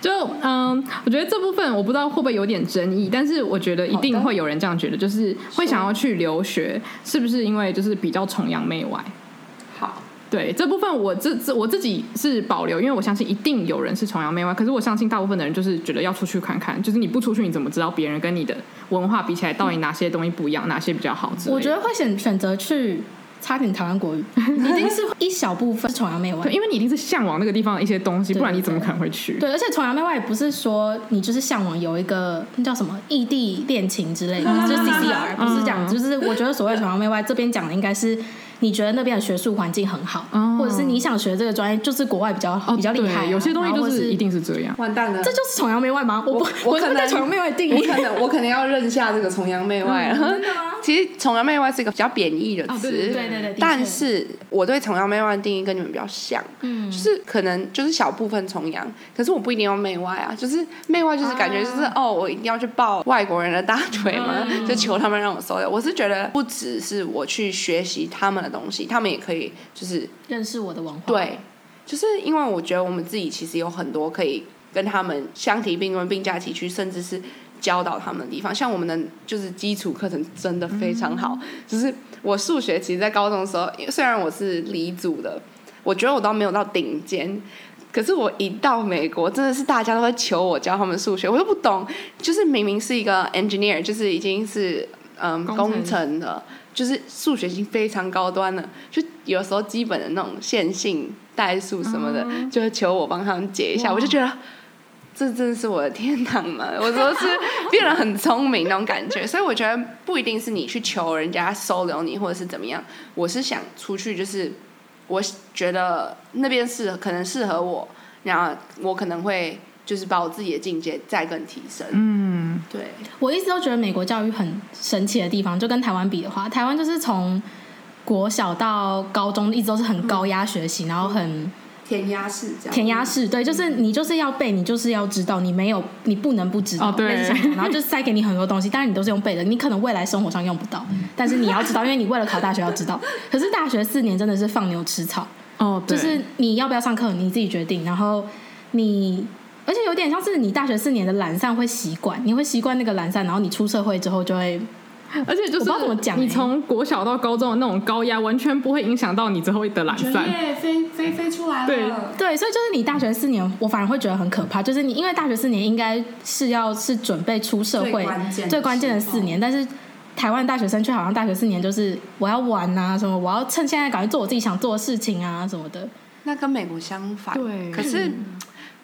Speaker 2: 就嗯，我觉得这部分我不知道会不会有点争议，但是我觉得一定会有人这样觉得，就是会想要去留学，是不是因为就是比较崇洋媚外？
Speaker 4: 好，
Speaker 2: 对这部分我自自我自己是保留，因为我相信一定有人是崇洋媚外，可是我相信大部分的人就是觉得要出去看看，就是你不出去你怎么知道别人跟你的文化比起来到底哪些东西不一样，哪些比较好之类的？
Speaker 1: 我觉得会选选择去差点台湾国语，一定是一小部分崇洋媚外
Speaker 2: 对，。因为你一定是向往那个地方的一些东西，
Speaker 1: 对
Speaker 2: 不然你怎么可能会去？
Speaker 1: 对，而且崇洋媚外也不是说你就是向往有一个那叫什么异地恋情之类的，就是 CCR，不是
Speaker 2: 嗯
Speaker 1: 讲，就是我觉得所谓崇洋媚外，这边讲的应该是你觉得那边的学术环境很好，
Speaker 2: 哦
Speaker 1: 或者是你想学这个专业，就是国外比较好
Speaker 2: 哦，
Speaker 1: 比较厉害啊、
Speaker 2: 对有些东西
Speaker 1: 然后
Speaker 2: 就
Speaker 1: 或者
Speaker 2: 是
Speaker 1: 是
Speaker 2: 一，定是这样。
Speaker 4: 完蛋了，
Speaker 1: 这就是崇洋媚外吗？我不，
Speaker 4: 我
Speaker 1: 我
Speaker 4: 可
Speaker 1: 真的对
Speaker 4: 能
Speaker 1: 崇洋媚外的定
Speaker 4: 我
Speaker 1: 义嗯
Speaker 4: 可能我可能要认下这个崇洋媚外了。
Speaker 1: 真的吗？
Speaker 3: 啊 其实崇洋媚外是一个比较贬义的词，
Speaker 2: 哦对对
Speaker 1: 对对对，的确
Speaker 3: 但是我对崇洋媚外的定义跟你们比较像，
Speaker 1: 嗯
Speaker 3: 就是可能就是小部分崇洋，可是我不一定要媚外啊，就是媚外就是感觉就是、
Speaker 1: 啊
Speaker 3: 哦，我一定要去抱外国人的大腿嘛，
Speaker 1: 嗯
Speaker 3: 就求他们让我收掉。我是觉得不只是我去学习他们的东西，他们也可以就是
Speaker 1: 认识我的文化，，
Speaker 3: 对，就是因为我觉得我们自己其实有很多可以跟他们相提并论、并驾齐驱，甚至是教导他们的地方。像我们的就是基础课程真的非常好，
Speaker 2: 嗯
Speaker 3: 就是我数学其实，在高中的时候，因为虽然我是理组的，我觉得我倒没有到顶尖。可是我一到美国，真的是大家都在求我教他们数学，我又不懂。就是明明是一个 engineer，就是已经是嗯
Speaker 2: 工程
Speaker 3: 工程了，就是数学已经非常高端了，就有时候基本的那种线性代数什么的，
Speaker 1: 哦
Speaker 3: 就会求我帮他们解一下，我就觉得。这真的是我的天堂嘛！ 我说是变得很聪明那种感觉，所以我觉得不一定是你去求人家收留你或者是怎么样，我是想出去，就是我觉得那边适合，可能适合我，然后我可能会就是把我自己的境界再更提升。
Speaker 2: 嗯，
Speaker 3: 对，
Speaker 1: 我一直都觉得美国教育很神奇的地方，就跟台湾比的话，台湾就是从国小到高中一直都是很高压学习，然后很
Speaker 4: 填鸭式这样，
Speaker 1: 填鸭式，对，就是你就是要背，你就是要知道，你没有你不能不知道，
Speaker 2: 哦对
Speaker 1: 类似像这样然后就塞给你很多东西，当然你都是用背的，你可能未来生活上用不到，但是你要知道，因为你为了考大学要知道。可是大学四年真的是放牛吃草，
Speaker 2: 哦，
Speaker 1: 就
Speaker 2: 对
Speaker 1: 是你要不要上课你自己决定，然后你。而且有点像是你大学四年的懒散会习惯，你会习惯那个懒散，然后你出社会之后就
Speaker 4: 嗯
Speaker 1: 会
Speaker 2: 而且就
Speaker 1: 我不知
Speaker 2: 是
Speaker 1: 道怎么讲欸
Speaker 2: 你从国小到高中的那种高压，完全不会影响到你之后的懒
Speaker 4: 卷
Speaker 2: 散。
Speaker 4: 叶飞飞飞出来
Speaker 2: 对
Speaker 4: 了，
Speaker 1: 对，所以就是你大学四年，我反而会觉得很可怕。就是你因为大学四年应该是要是准备出社
Speaker 4: 最
Speaker 1: 会
Speaker 4: 关键的
Speaker 1: 最关键的
Speaker 4: 时候
Speaker 1: 四年，但是台湾大学生却好像大学四年就是我要玩啊什么，我要趁现在赶快做我自己想做的事情啊什么的。
Speaker 3: 那跟美国相反。
Speaker 2: 对
Speaker 3: 可是嗯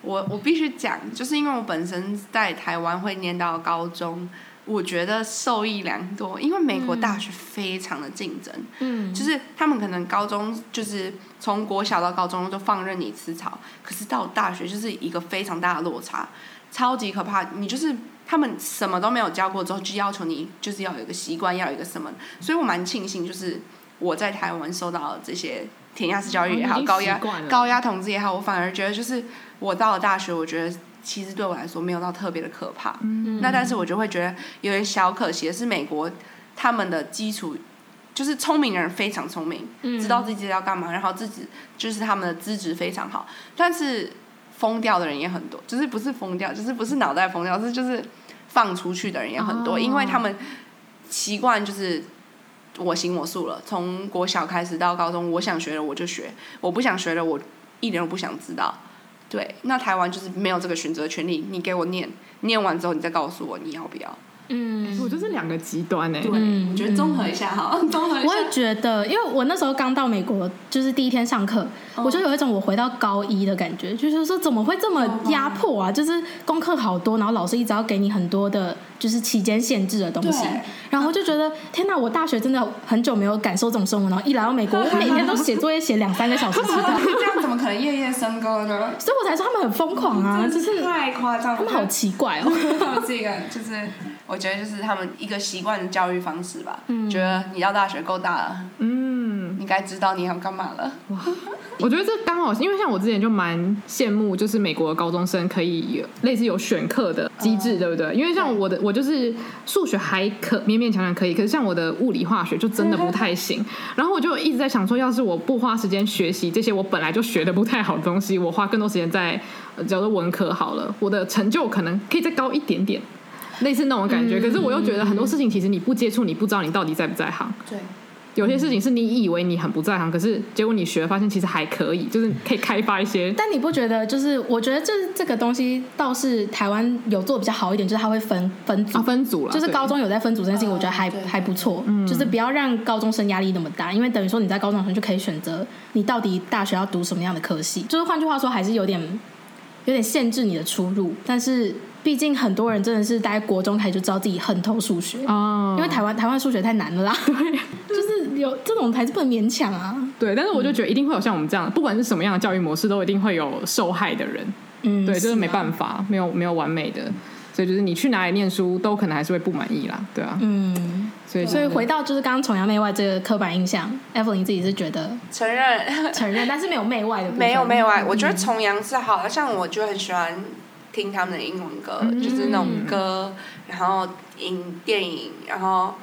Speaker 3: 我我必须讲，就是因为我本身在台湾会念到高中，我觉得受益良多，因为美国大学非常的竞争，
Speaker 1: 嗯，
Speaker 3: 就是他们可能高中就是从国小到高中都放任你吃草，可是到大学就是一个非常大的落差，超级可怕。你就是他们什么都没有教过之后，就要求你就是要有一个习惯，要有一个什
Speaker 2: 嗯
Speaker 3: 么，所以我蛮庆幸，就是我在台湾受到的这些填鸭式教育也
Speaker 2: 哦
Speaker 3: 好，
Speaker 2: 你已经
Speaker 3: 高压
Speaker 2: 习惯了
Speaker 3: 高压统治也好，我反而觉得就是我到了大学，我觉得其实对我来说没有到特别的可怕。
Speaker 2: 嗯
Speaker 3: 那但是我就会觉得有点小可惜的是，美国他们的基础就是聪明的人非常聪明，
Speaker 1: 嗯
Speaker 3: 知道自己要干嘛，然后自己就是他们的资质非常好，但是疯掉的人也很多，就是不是疯掉，就是不是脑袋疯掉，是就是放出去的人也很多，
Speaker 2: 哦
Speaker 3: 因为他们习惯就是。我行我素了，从国小开始到高中，我想学的我就学，我不想学的我一点都不想知道。对，那台湾就是没有这个选择权利，你给我念，念完之后你再告诉我你要不要。
Speaker 1: 嗯，
Speaker 2: 我就是两个极端哎、
Speaker 1: 嗯
Speaker 4: 我觉得综合一下哈， 综合一 下
Speaker 1: 我也觉得，因为我那时候刚到美国，就是第一天上课，
Speaker 4: 哦
Speaker 1: 我就有一种我回到高一的感觉，就是说怎么会这么压迫
Speaker 4: 哦
Speaker 1: 啊？就是功课好多，然后老师一直要给你很多的，就是期间限制的东西
Speaker 4: 对，
Speaker 1: 然后就觉得天哪，我大学真的很久没有感受这种生活，然后一来到美国，我每天都写作业写两三个小时起 跳，
Speaker 4: 这样怎么可能夜夜笙歌呢？
Speaker 1: 所以我才说他们很疯狂啊，就
Speaker 4: 真的
Speaker 1: 是
Speaker 4: 太夸张了，
Speaker 1: 他们好奇怪 哦。
Speaker 3: 他们是一个，就是我觉得就是他们一个习惯的教育方式吧。
Speaker 1: 嗯
Speaker 3: 觉得你到大学够大了，
Speaker 2: 嗯。
Speaker 3: 你该知道你要干嘛了。
Speaker 2: 我觉得这刚好，因为像我之前就蛮羡慕，就是美国的高中生可以有类似有选课的机制，对不对？因为像我的，我就是数学还可勉勉强强可以，可是像我的物理化学就真的不太行。然后我就一直在想说，要是我不花时间学习这些我本来就学的不太好的东西，我花更多时间在呃假如说文科好了，我的成就可能可以再高一点点。类似那种感觉，可是我又觉得很多事情其实你不接触，你不知道你到底在不在行。
Speaker 4: 对，
Speaker 2: 有些事情是你以为你很不在行，可是结果你学了发现其实还可以，就是可以开发一些。
Speaker 1: 但你不觉得就是？我觉得就是这个东西倒是台湾有做比较好一点，就是它会分分组
Speaker 2: 啊，分组了，
Speaker 1: 就是
Speaker 2: 对嗯
Speaker 1: 高中有在分组这件事情，我觉得还
Speaker 4: 哦对
Speaker 1: 还不错，就是不要让高中生压力那么大，因为等于说你在高中的时候就可以选择你到底大学要读什么样的科系，就是换句话说，还是有点有点限制你的出路。但是毕竟很多人真的是大概国中开始就知道自己恨透数学，
Speaker 2: 哦，
Speaker 1: 因为台湾台湾数学太难了啦， 就是有这种还是不能勉强啊，
Speaker 2: 对，但是我就觉得一定会有像我们这样，不管是什么样的教育模式，都一定会有受害的人。
Speaker 1: 嗯，
Speaker 2: 对，就是啊没
Speaker 1: 法，
Speaker 2: 办法，没有没有完美的，所以就是你去哪里念书，都可能还是会不满意啦，对啊。
Speaker 1: 嗯，
Speaker 2: 所以就是
Speaker 1: 所以回到就是刚刚崇洋媚外这个刻板印象，Evelyn 自己是觉得
Speaker 3: 承认
Speaker 1: 承认，但是没有媚外的部分，
Speaker 3: 没有没有
Speaker 1: 嗯
Speaker 3: 啊，我觉得重阳是好的，像我就很喜欢听他们的英文歌，
Speaker 1: 嗯
Speaker 3: 就是那种歌，然后影电影，然后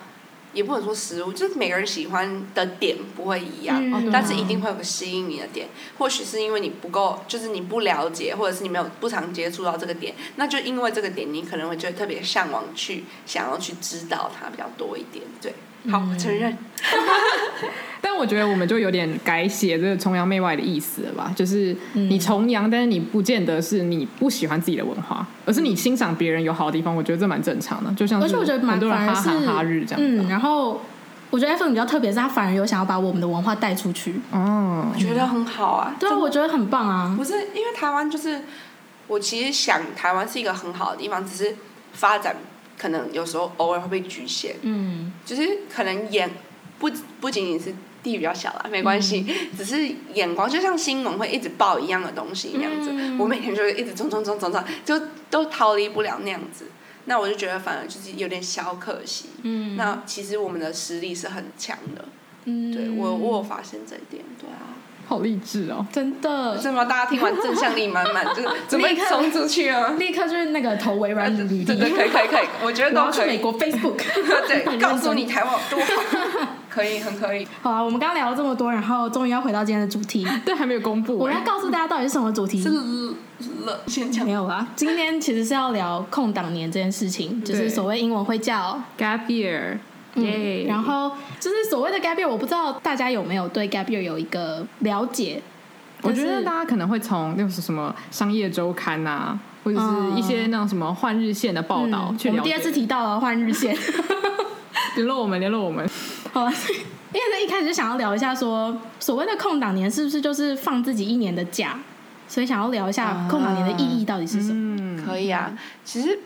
Speaker 3: 也不能说食物，就是每个人喜欢的点不会一样。
Speaker 1: 嗯
Speaker 2: 哦对啊
Speaker 3: 但是一定会有个吸引你的点，或许是因为你不够，就是你不了解，或者是你没有不常接触到这个点，那就因为这个点，你可能会觉得特别向往去，想要去知道它比较多一点。对，好，
Speaker 1: 嗯
Speaker 3: 我承认，
Speaker 2: 但我觉得我们就有点改写这个崇洋媚外的意思了吧，就是
Speaker 1: 嗯
Speaker 2: 你崇洋，但是你不见得是你不喜欢自己的文化，而是你欣赏别人有好的地方，我觉得这蛮正常的。就像
Speaker 1: 而
Speaker 2: 是
Speaker 1: 且我觉得蛮
Speaker 2: 很多人
Speaker 1: 反而
Speaker 2: 哈
Speaker 1: 是
Speaker 2: 韩哈日这样子
Speaker 1: 嗯，然后我觉得 F 比较特别，是他反而有想要把我们的文化带出去。
Speaker 2: 啊，哦，
Speaker 3: 我觉得很好啊。
Speaker 1: 对啊，我觉得很棒啊。
Speaker 3: 不是因为台湾就是，我其实想台湾是一个很好的地方，只是发展可能有时候偶尔会被局限，
Speaker 1: 嗯，
Speaker 3: 就是可能眼不不仅仅是地比较小啦，没关系，只是眼光就像新闻会一直报一样的东西那样子，我每天就一直冲冲冲冲冲，就都逃离不了那样子。那我就觉得反而就是有点小可惜。嗯，那其实我们的实力是很强的，
Speaker 1: 嗯
Speaker 3: 对我我有发现这一点，对啊。
Speaker 2: 好励 志哦。
Speaker 1: 真的
Speaker 3: 这么大家听完正向力满 满，就是准备冲出去啊！
Speaker 1: 立刻就是那个投微软的履
Speaker 3: 对对，
Speaker 1: 历，
Speaker 3: 可以可以可以，我觉得
Speaker 1: 嗯我要
Speaker 3: 都
Speaker 1: 去
Speaker 3: 可
Speaker 1: 美
Speaker 3: 以。
Speaker 1: 国 Facebook，
Speaker 3: 对，告诉你台湾有多好， 可以很可以。
Speaker 1: 好啊，我们刚刚聊了这么多，然后终于要回到今天的主题。
Speaker 2: 对，还没有公布、
Speaker 1: 我们
Speaker 2: 哎
Speaker 1: 要告诉大家到底是什么主题
Speaker 3: 是？了，先讲
Speaker 1: 没有啦，今天其实是要聊空档年这件事情，就是
Speaker 2: 对
Speaker 1: 所谓英文会叫
Speaker 2: gap year，耶、
Speaker 1: 嗯，然后就是所谓的 gap year，我不知道大家有没有对 gap year 有一个了解。
Speaker 2: 我觉
Speaker 1: 但
Speaker 2: 得
Speaker 1: 是
Speaker 2: 大家可能会从那种什么商业周刊啊，或者是一些那种什么换日线的报道、
Speaker 1: 嗯
Speaker 2: 去
Speaker 1: 我
Speaker 2: 了
Speaker 1: 们
Speaker 2: 解。
Speaker 1: 第二次 提到了换日线，
Speaker 2: 联络我们，联络我们。
Speaker 1: 好了，啊因为在一开始就想要聊一下说，所谓的空档年是不是就是放自己一年的假，所以想要聊一
Speaker 2: 啊
Speaker 1: 下空档年的意义到底是什么？
Speaker 2: 嗯，
Speaker 3: 可以啊。其实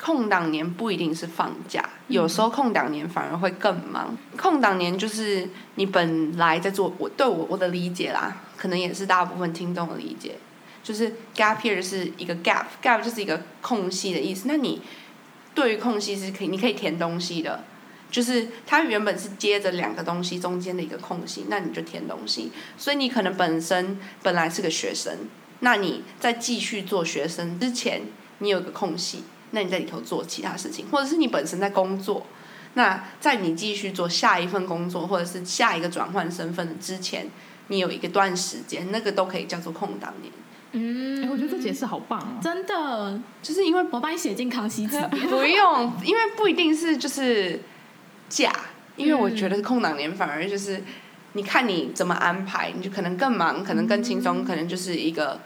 Speaker 3: 空档年不一定是放假，
Speaker 2: 嗯
Speaker 3: 有时候空档年反而会更忙。空档年就是你本来在做，我对我我的理解啦，可能也是大部分听众的理解，就是 gap year 是一个 gap，gap 就是一个空隙的意思。那你对于空隙是可以，你可以填东西的。就是它原本是接着两个东西中间的一个空隙，那你就填东西。所以你可能本身本来是个学生，那你在继续做学生之前，你有个空隙，那你在里头做其他事情，或者是你本身在工作，那在你继续做下一份工作，或者是下一个转换身份之前，你有一个段时间，那个都可以叫做空档年。
Speaker 1: 嗯
Speaker 2: 哎、我觉得这解释好棒哦、
Speaker 1: 真的，
Speaker 3: 就 是因为
Speaker 1: 我帮你写进康熙字典。
Speaker 3: 不用，因为不一定是就是假，因为我觉得空档年反而就是你看你怎么安排，你就可能更忙，可能更轻松，可能就是一个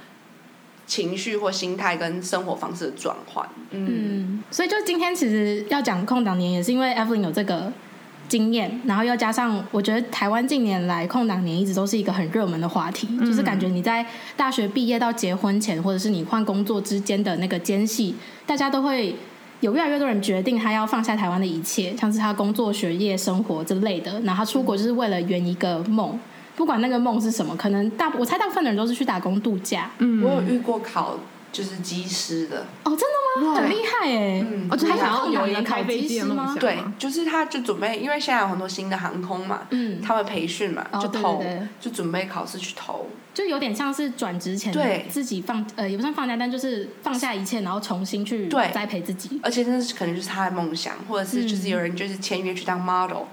Speaker 3: 情绪或心态跟生活方式的转换。嗯，
Speaker 1: 嗯，所以就今天其实要讲空档年，也是因为 Evelyn 有这个经验，然后又加上我觉得台湾近年来空档年一直都是一个很热门的话题，就是感觉你在大学毕业到结婚前，或者是你换工作之间的那个间隙，大家都会。有越来越多人决定他要放下台湾的一切，像是他工作、学业、生活之类的，然后他出国就是为了圆一个梦，不管那个梦是什么，可能大我猜大部分的人都是去打工度假。
Speaker 3: 我
Speaker 1: 嗯
Speaker 3: 有遇过考就是机师的，
Speaker 1: 哦，真的吗？很厉害哎！
Speaker 3: 嗯
Speaker 2: 哦，就他
Speaker 1: 你
Speaker 2: 想要
Speaker 1: 空档
Speaker 2: 有一个
Speaker 1: 年
Speaker 2: 开
Speaker 1: 考
Speaker 2: 飞
Speaker 1: 机啊
Speaker 2: 机的啊
Speaker 1: 师
Speaker 2: 梦
Speaker 1: 吗
Speaker 2: 想，
Speaker 3: 对，，就是他就准备，因为现在有很多新的航空嘛，
Speaker 1: 嗯，
Speaker 3: 他们培训嘛，
Speaker 1: 哦
Speaker 3: 就
Speaker 1: 对
Speaker 3: 投，
Speaker 1: 对对
Speaker 3: 就准备考试去投。
Speaker 1: 就有点像是转职前
Speaker 3: 对
Speaker 1: 自己放呃也不算放假，但就是放下一切，然后重新去
Speaker 3: 对
Speaker 1: 栽培自己。
Speaker 3: 而且那是可能就是他的梦想，或者是
Speaker 1: 嗯
Speaker 3: 就是有人就是签约去当 model，、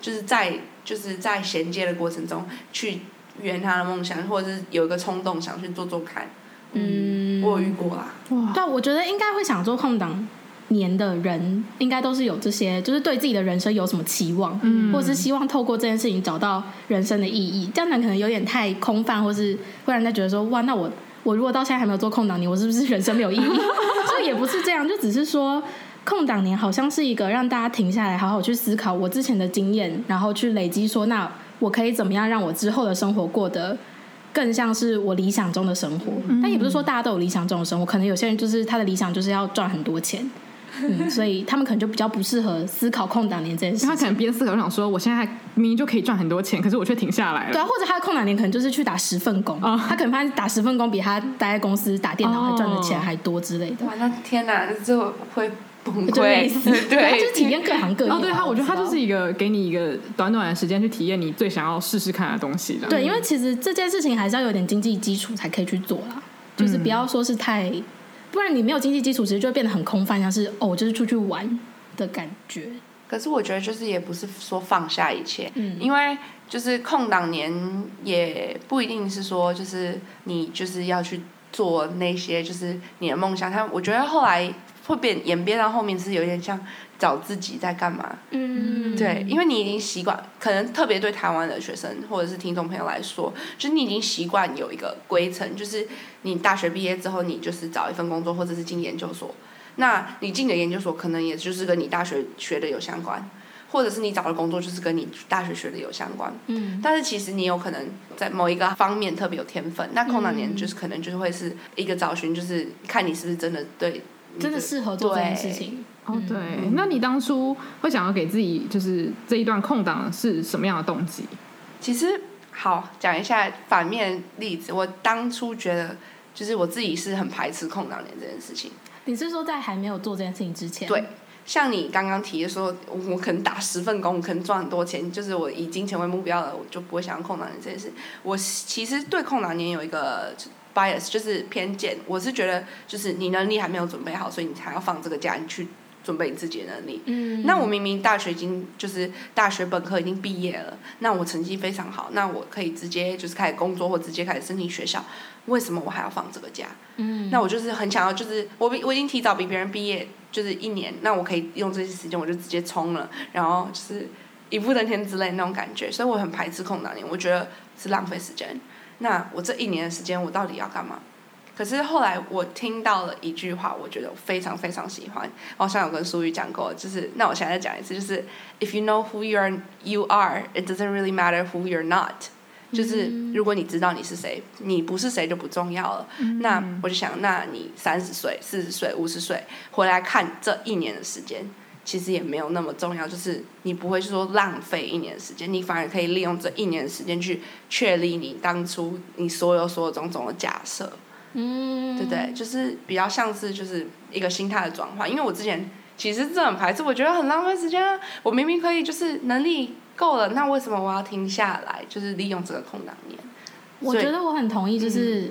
Speaker 3: 就是在就是在衔接的过程中去圆他的梦想，或者是有一个冲动想去做做看。
Speaker 1: 嗯，
Speaker 3: 我有遇过啦，
Speaker 2: 哇，
Speaker 1: 对啊，我觉得应该会想做空档年的人，应该都是有这些，就是对自己的人生有什么期望，
Speaker 2: 嗯
Speaker 1: 或者是希望透过这件事情找到人生的意义。这样讲可能有点太空泛，或是会让人家觉得说，哇，那我我如果到现在还没有做空档年，我是不是人生没有意义？ 所以也不是这样，就只是说。空档年好像是一个让大家停下来，好好去思考我之前的经验，然后去累积说，那我可以怎么样让我之后的生活过得更像是我理想中的生活。
Speaker 2: 嗯
Speaker 1: 但也不是说大家都有理想中的生活，可能有些人就是他的理想就是要赚很多钱，嗯，所以他们可能就比较不适合思考空档年这件事
Speaker 2: 他。可能边思考想说，我现在还明明就可以赚很多钱，可是我却停下来了。
Speaker 1: 对啊，或者他的空档年可能就是去打十份工，
Speaker 2: 哦
Speaker 1: 他可能发现打十份工比他待在公司打电脑还赚的钱还多之类的，
Speaker 3: 哇，那天哪，那这我会崩
Speaker 1: 就 类
Speaker 3: 溃
Speaker 1: 似，他就是体
Speaker 3: 对，
Speaker 1: 验各行各业吧。
Speaker 2: 哦，对他，我觉得他
Speaker 1: 啊知道
Speaker 2: 就是一个给你一个短短的时间去体验你最想要试试看的东西的。
Speaker 1: 对，因为其实这件事情还是要有点经济基础才可以去做啦，就是
Speaker 2: 嗯
Speaker 1: 不要说是太，不然你没有经济基础，其实就会变得很空泛，像是哦，我就是出去玩的感觉。
Speaker 3: 可是我觉得就是也不是说放下一切，
Speaker 1: 嗯
Speaker 3: 因为就是空档年也不一定是说就是你就是要去做那些就是你的梦想。他我觉得后来会变演变到后面是有点像找自己在干嘛，
Speaker 1: 嗯，
Speaker 3: 对，因为你已经习惯，可能特别对台湾的学生或者是听众朋友来说，就是你已经习惯有一个规程，就是你大学毕业之后，你就是找一份工作，或者是进研究所。那你进的研究所可能也就是跟你大学学的有相关，或者是你找的工作就是跟你大学学的有相关。
Speaker 1: 嗯，
Speaker 3: 但是其实你有可能在某一个方面特别有天分，那空档
Speaker 1: 嗯
Speaker 3: 年就是可能就是会是一个找寻，就是看你是不是真的对你
Speaker 1: 真的适合做这件事情。
Speaker 2: 哦，对，那你当初会想要给自己就是这一段空档是什么样的动机？
Speaker 3: 其实好讲一下反面例子，我当初觉得就是我自己是很排斥空档年这件事情。
Speaker 1: 你是说在还没有做这件事情之前？
Speaker 3: 对，像你刚刚提的说，我我可能打十份工，我可能赚很多钱，就是我以金钱为目标了，我就不会想要空档年这件事。我其实对空档年有一个 bias，就是偏见，我是觉得就是你能力还没有准备好，所以你才要放这个假，你去准备你自己的能力。
Speaker 1: 嗯，
Speaker 3: 那我明明大学已经就是大学本科已经毕业了，那我成绩非常好，那我可以直接就是开始工作或直接开始申请学校，为什么我还要放这个假？
Speaker 1: 嗯，
Speaker 3: 那我就是很想要，就是我比我已经提早比别人毕业就是一年，那我可以用这些时间我就直接冲了，然后就是一步登天之类那种感觉，所以我很排斥空档年，我觉得是浪费时间。那我这一年的时间我到底要干嘛？可是后来我听到了一句话，我觉得我非常非常喜欢，我好像有跟苏玉讲过，就是那我现在再讲一次，就是 If you know who you are, you are, it doesn't really matter who you're not。就是如果你知道你是谁，你不是谁就不重要了。那
Speaker 1: 嗯
Speaker 3: 我就想，那你三十岁、四十岁、五十岁回来看这一年的时间，其实也没有那么重要。就是你不会说浪费一年的时间，你反而可以利用这一年的时间去确立你当初你所有所有种种的假设。
Speaker 1: 嗯，
Speaker 3: 对不对？就是比较像是就是一个心态的转换，因为我之前其实真的很排斥，我觉得很浪费时间啊。我明明可以就是能力够了，那为什么我要停下来？就是利用这个空档年。
Speaker 1: 我
Speaker 3: 所以
Speaker 1: 觉得我很同意，就是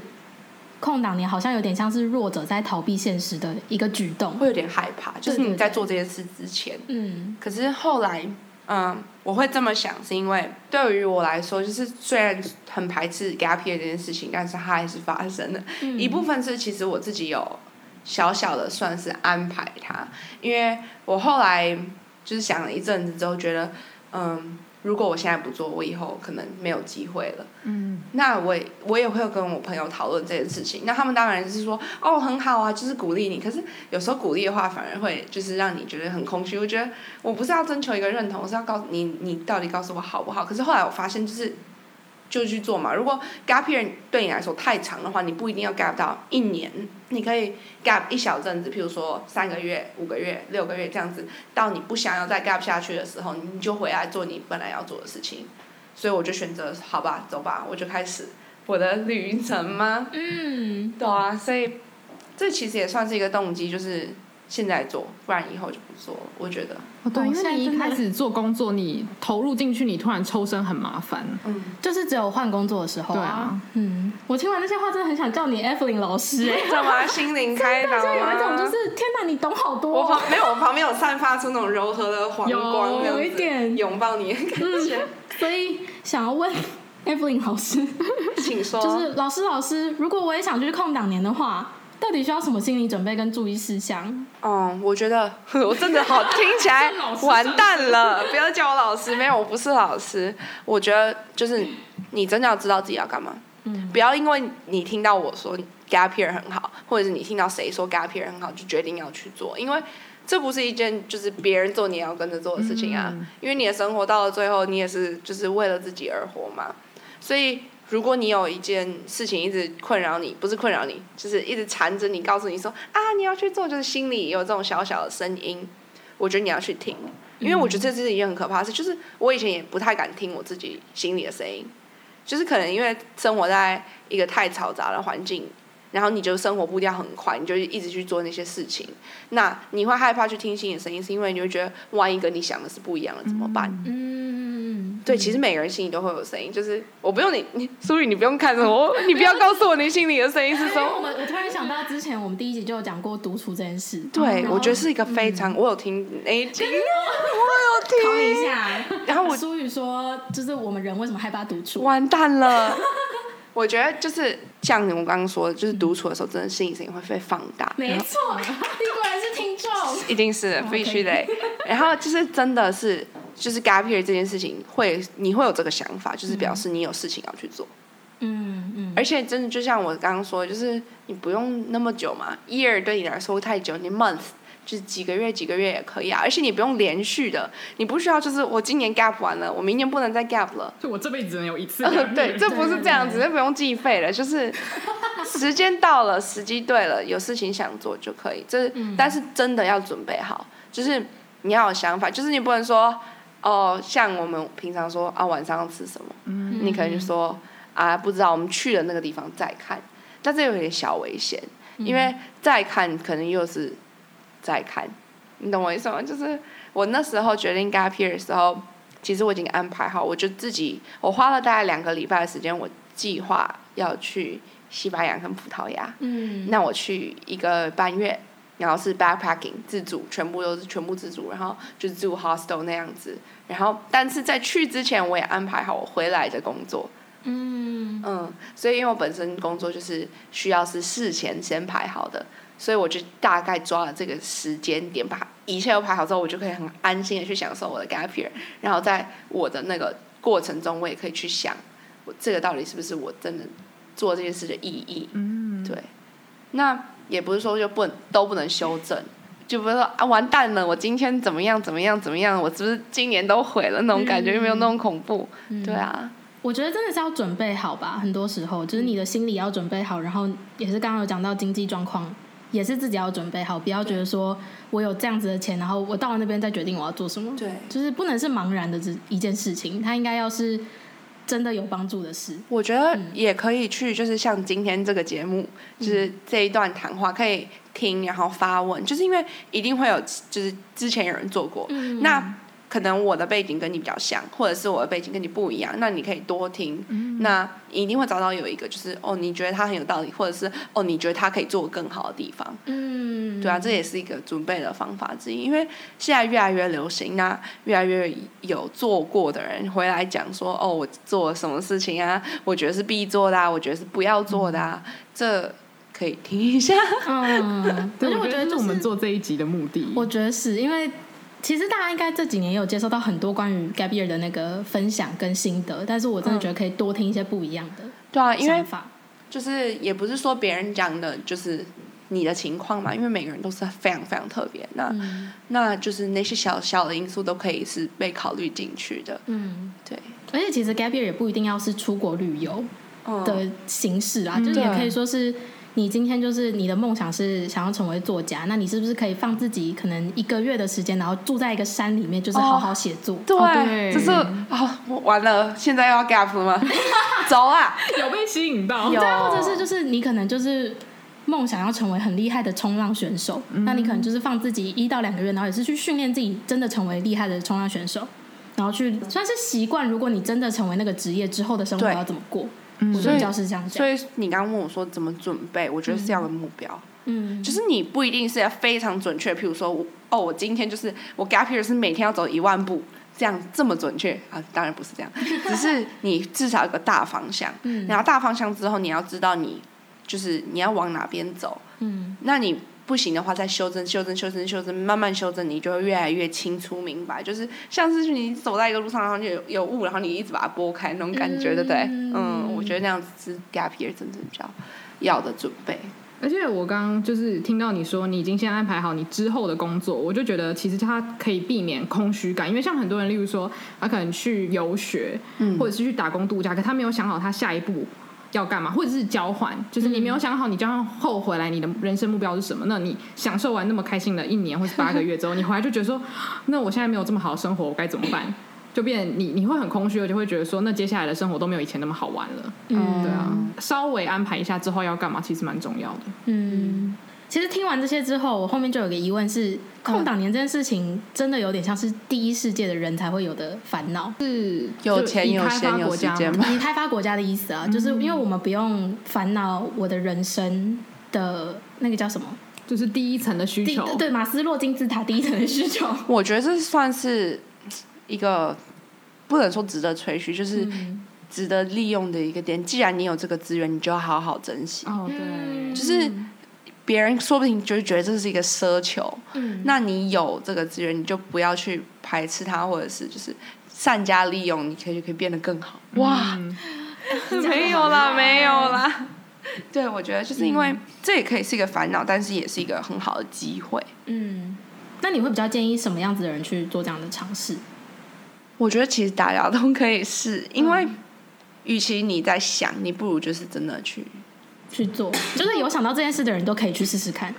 Speaker 1: 空档年好像有点像是弱者在逃避现实的一个举动。
Speaker 3: 会有点害怕，就是
Speaker 1: 对对
Speaker 3: 你在
Speaker 1: 对
Speaker 3: 做这件事之前，
Speaker 1: 嗯，
Speaker 3: 可是后来，嗯，我会这么想，是因为对于我来说，就是虽然很排斥给他撇这件事情，但是它还是发生了。一部分是其实我自己有小小的算是安排它，因为我后来就是想了一阵子之后，觉得，嗯，如果我现在不做，我以后可能没有机会了。
Speaker 2: 嗯，
Speaker 3: 那我也我也会跟我朋友讨论这件事情，那他们当然是说哦很好啊，就是鼓励你。可是有时候鼓励的话，反而会就是让你觉得很空虚。我觉得我不是要征求一个认同，我是要告诉你你到底告诉我好不好。可是后来我发现就是就去做嘛。如果 gap year 对你来说太长的话，你不一定要 gap 到一年，你可以 gap 一小阵子，譬如说三个月、五个月、六个月这样子，到你不想要再 gap 下去的时候，你就回来做你本来要做的事情。所以我就选择好吧，走吧，我就开始我的旅程吗？
Speaker 1: 嗯，
Speaker 3: 对啊，所以这其实也算是一个动机，就是现在做，不然以后就不做了。我觉得，
Speaker 2: 哦对，
Speaker 1: 哦
Speaker 2: 因
Speaker 1: 现在
Speaker 2: 为你一
Speaker 1: 真的
Speaker 2: 开始做工作，你投入进去，你突然抽身很麻烦。
Speaker 3: 嗯，
Speaker 1: 就是只有换工作的时候
Speaker 2: 对啊，
Speaker 1: 嗯，我听完那些话，真的很想叫你 Evelyn 老师、 哎，
Speaker 3: 干嘛心灵开
Speaker 1: 就
Speaker 3: 导
Speaker 1: 有一种就
Speaker 3: 吗？
Speaker 1: 是天哪，你懂好多
Speaker 3: 我
Speaker 1: 哦、
Speaker 3: 旁没有，我旁边有散发出那种柔和的 黄
Speaker 2: 有
Speaker 3: 光，这样子
Speaker 1: 有一点
Speaker 3: 拥抱你的感觉，
Speaker 1: 所以想要问 Evelyn 老师，
Speaker 3: 请说。
Speaker 1: 就是老师老师，如果我也想去空档年的话，到底需要什么心理准备跟注意事项？
Speaker 3: 嗯，我觉得 我真的好听起来完蛋了，不要叫我老师，没有，我不是老师。我觉得就是你真的要知道自己要干嘛，
Speaker 1: 嗯
Speaker 3: 不要因为你听到我说 gap year 很好，或者是你听到谁说 gap year 很好就决定要去做，因为这不是一件就是别人做你也要跟着做的事情啊，因为你的生活到了最后，你也是就是为了自己而活嘛，所以。如果你有一件事情一直困扰你，不是困扰你，就是一直缠着你，告诉你说啊，你要去做，就是心里有这种小小的声音，我觉得你要去听，因为我觉得这是一件很可怕的事。就是我以前也不太敢听我自己心里的声音，就是可能因为生活在一个太嘈杂的环境，然后你就生活步调很快，你就一直去做那些事情，那你会害怕去听心里的声音，是因为你会觉得万一跟你想的是不一样的，怎么办？
Speaker 1: 嗯，
Speaker 3: 对，其实每个人心里都会有声音，就是我不用你，你苏雨，你不用看着我，你不要告诉我你心里的声音是
Speaker 1: 因
Speaker 3: 什
Speaker 1: 为 我
Speaker 3: 么。
Speaker 1: 们我突然想到之前我们第一集就有讲过独处这件事，
Speaker 3: 对，
Speaker 1: 然后
Speaker 3: 我觉得是一个非常，我有听哎那一集，
Speaker 1: 考
Speaker 3: 我
Speaker 1: 你
Speaker 3: 有
Speaker 1: 一
Speaker 3: 听，
Speaker 1: 下。
Speaker 3: 然后我
Speaker 1: 苏雨说，就是我们人为什么害怕独处？
Speaker 3: 完蛋了。我觉得就是像你们刚刚说的，就是独处的时候，真的心理声音会被放大，
Speaker 1: 没错，你果然是听众。
Speaker 3: 一定是必须的欸。然后就是真的是，就是 gap year 这件事情会，你会有这个想法，就是表示你有事情要去做。
Speaker 1: 嗯嗯，
Speaker 3: 而且真的就像我刚刚说的，就是你不用那么久嘛，year 对你来说太久，你 month 就是几个月几个月也可以啊，而且你不用连续的，你不需要就是我今年 gap 完了，我明年不能再 gap 了。
Speaker 2: 就我这辈子只能有一次
Speaker 3: 呃， 对，这不
Speaker 1: 对
Speaker 3: 是
Speaker 1: 对
Speaker 3: 这样子，
Speaker 1: 对
Speaker 3: 这不用计费了，就是时间到了，时机对了，有事情想做就可以。这、
Speaker 1: 嗯
Speaker 3: 但是真的要准备好，就是你要有想法，就是你不能说哦，像我们平常说啊，晚上要吃什么，
Speaker 1: 嗯
Speaker 3: 你可能就说啊，不知道，我们去了那个地方再看，但这有点小危险，
Speaker 1: 嗯
Speaker 3: 因为再看可能又是再看，你懂我意思吗？就是我那时候决定 gap year 的时候，其实我已经安排好，我就自己我花了大概两个礼拜的时间，我计划要去西班牙跟葡萄牙。
Speaker 1: 嗯，
Speaker 3: 那我去一个半月，然后是 backpacking 自助，全部都是全部自助，然后就是住 hostel 那样子。然后，但是在去之前，我也安排好我回来的工作。
Speaker 1: 嗯
Speaker 3: 嗯，所以因为我本身工作就是需要是事前先排好的，所以我就大概抓了这个时间点，把一切都排好之后，我就可以很安心的去享受我的 gap year。然后在我的那个过程中，我也可以去想，我这个到底是不是我真的做这件事的意义？
Speaker 2: 嗯，
Speaker 3: 对，那也不是说就不能都不能修正，就不是说啊完蛋了，我今天怎么样怎么样怎么样，我是不是今年都毁了那种感觉，又没有那种恐怖，对啊，
Speaker 1: 嗯我觉得真的是要准备好吧，很多时候就是你的心理要准备好，然后也是刚刚有讲到经济状况，也是自己要准备好，不要觉得说我有这样子的钱，然后我到了那边再决定我要做什么，
Speaker 3: 对
Speaker 1: 就是不能是茫然的这一件事情，它应该要是真的有帮助的事。
Speaker 3: 我觉得也可以去，就是像今天这个节目，就是这一段谈话，可以听，然后发问，就是因为一定会有，就是之前有人做过，
Speaker 1: 嗯
Speaker 3: 那可能我的背景跟你比较像，或者是我的背景跟你不一样，那你可以多听，
Speaker 2: 嗯
Speaker 3: 那你一定会找到有一个就是哦，你觉得他很有道理，或者是哦，你觉得他可以做更好的地方，
Speaker 1: 嗯，
Speaker 3: 对啊，这也是一个准备的方法之一，因为现在越来越流行，那越来越有做过的人回来讲说，哦，我做了什么事情啊？我觉得是必做的、啊，我觉得是不要做的啊，这可以听一下。
Speaker 1: 嗯，而
Speaker 2: 对，
Speaker 1: 且我
Speaker 2: 我
Speaker 1: 觉
Speaker 2: 得
Speaker 1: 得就是
Speaker 2: 这
Speaker 1: 是
Speaker 2: 我们做这一集的目的。
Speaker 1: 我觉得是因为。其实大家应该这几年也有接收到很多关于 gap year 的那个分享跟心得，但是我真的觉得可以多听一些不一样的
Speaker 3: 对啊，因为
Speaker 1: 想法。
Speaker 3: 就是也不是说别人讲的，就是你的情况嘛，因为每个人都是非常非常特别，那、
Speaker 1: 嗯
Speaker 3: 那就是那些小小的因素都可以是被考虑进去的，
Speaker 1: 嗯，
Speaker 3: 对，
Speaker 1: 而且其实 gap year 也不一定要是出国旅游，
Speaker 3: 嗯，
Speaker 1: 的形式啊，
Speaker 2: 嗯
Speaker 1: 就是也
Speaker 3: 对
Speaker 1: 可以说是你今天就是你的梦想是想要成为作家，那你是不是可以放自己可能一个月的时间，然后住在一个山里面，就是
Speaker 3: 哦
Speaker 1: 好好写作？
Speaker 3: 对，
Speaker 2: 哦对
Speaker 3: 就是啊、我完了，现在又要 gap 了吗？ 走啊！
Speaker 2: 有被吸引到，
Speaker 3: 有
Speaker 1: 对啊，或者是就是你可能就是。梦想要成为很厉害的冲浪选手，
Speaker 3: 嗯
Speaker 1: 那你可能就是放自己一到两个月，然后也是去训练自己，真的成为厉害的冲浪选手，然后去算是习惯。如果你真的成为那个职业之后的生活
Speaker 3: 对
Speaker 1: 要怎么过，
Speaker 2: 嗯
Speaker 1: 我觉得
Speaker 3: 所以
Speaker 1: 比较是这样
Speaker 3: 所
Speaker 1: 讲。
Speaker 3: 以你刚刚问我说怎么准备，我觉得是这样的目标，
Speaker 1: 嗯，
Speaker 3: 就是你不一定是要非常准确，譬如说我哦，我今天就是我 gap year 是每天要走一万步，这样这么准确啊？当然不是 这样，只是你至少有个大方向，
Speaker 1: 嗯
Speaker 3: 然后大方向之后你要知道你就是你要往哪边走，
Speaker 1: 嗯
Speaker 3: 那你。不行的话，再修正、修正、修正、修正，慢慢修正，你就会越来越清楚明白。就是像是你走在一个路上，然后你有有雾，然后你一直把它拨开那种感觉，对不对？嗯，我觉得那样子是 gap year 真正比较要的准备。
Speaker 2: 而且我刚刚就是听到你说你已经先安排好你之后的工作，我就觉得其实它可以避免空虚感，因为像很多人，例如说他可能去游学，或者是去打工度假，可他没有想好他下一步要干嘛，或者是交换，就是你没有想好你交换后回来你的人生目标是什么。那你享受完那么开心的一年或是八个月之后，你回来就觉得说，那我现在没有这么好的生活，我该怎么办？就变你你会很空虚，而且会觉得说，那接下来的生活都没有以前那么好玩了。
Speaker 1: 嗯，
Speaker 2: 对啊，稍微安排一下之后要干嘛，其实蛮重要的。
Speaker 1: 嗯，其实听完这些之后，我后面就有个疑问是：空档年这件事情真的有点像是第一世界的人才会有的烦恼？
Speaker 2: 是
Speaker 3: 有
Speaker 2: 就
Speaker 3: 钱
Speaker 2: 以
Speaker 3: 有
Speaker 2: 开
Speaker 3: 闲
Speaker 2: 发
Speaker 3: 有
Speaker 2: 国
Speaker 3: 时
Speaker 2: 家
Speaker 3: 间
Speaker 2: 嘛
Speaker 3: 嘛？
Speaker 1: 以开发国家的意思啊，就是
Speaker 3: 嗯
Speaker 1: 因为我们不用烦恼我的人生的那个叫什么？
Speaker 2: 就是第一层的需
Speaker 1: 第
Speaker 2: 求。
Speaker 1: 对马斯洛金字塔第一层的需 求。
Speaker 3: 我觉得这算是一个不能说值得吹嘘，就是值得利用的一个点。既然你有这个资源，你就要好好珍惜。
Speaker 2: 哦，
Speaker 1: 嗯
Speaker 2: 对，
Speaker 3: 就是别人说不定就会觉得这是一个奢求，
Speaker 1: 嗯，
Speaker 3: 那你有这个资源，你就不要去排斥它，或者是就是善加利用，你可以就可以变得更好。 哇，
Speaker 2: 嗯
Speaker 3: 没有啦，没有啦。 嗯对，我觉得就是因为这也可以是一个烦恼，但是也是一个很好的机会。
Speaker 1: 嗯，那你会比较建议什么样子的人去做这样的尝试？
Speaker 3: 我觉得其实大家都可以试，因为与其你在想，你不如就是真的去。
Speaker 1: 去做，就是有想到这件事的人都可以去试试看。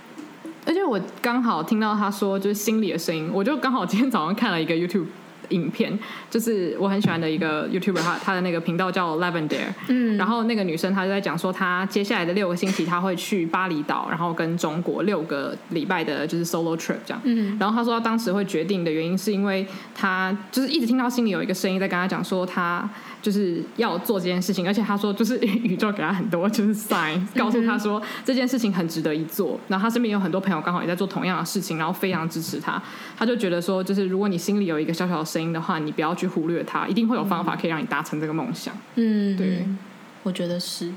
Speaker 2: 而且我刚好听到他说就是心里的声音，我就刚好今天早上看了一个 YouTube 影片，就是我很喜欢的一个 YouTuber，他他的那个频道叫 Lavender，
Speaker 1: 嗯，
Speaker 2: 然
Speaker 1: 后
Speaker 2: 后那个女生她就在讲说，她接下来的六个星期她会去巴厘岛，然后跟中国六个礼拜的就是 solo trip 这样。
Speaker 1: 嗯
Speaker 2: 然后她说她当时会决定的原因是因为她就是一直听到心里有一个声音在跟她讲说她就是要做这件事情，而且她说就是 宇宙给她很多就是 sign，告诉
Speaker 1: 嗯
Speaker 2: 她说这件事情很值得一做。然后她身边有很多朋友刚好也在做同样的事情，然后非常支持她。她就觉得说，就是如果你心里有一个小小的声音的话，你不要去忽略它，一定会有方法可以让你达成这个梦想。
Speaker 1: 嗯，
Speaker 2: 对，
Speaker 1: 我觉得是。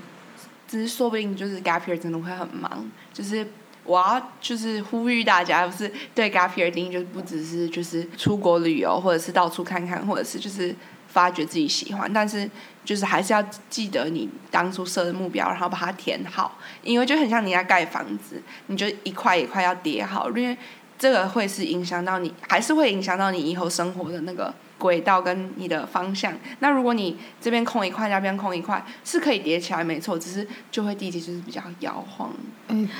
Speaker 3: 只是说不定就是 gap year 真的会很忙，就是我要就是呼吁大家，不是对 gap year 的定义就是不只是就是出国旅游，或者是到处看看，或者是就是发掘自己喜欢，但是就是还是要记得你当初设的目标，然后把它填好，因为就很像你要盖房子，你就一块一块要叠好，因为这个会是影响到你，还是会影响到你以后生活的那个。轨道跟你的方向，那如果你这边空一块，那边空一块，是可以叠起来，没错，只是就会第一集就是比较摇晃。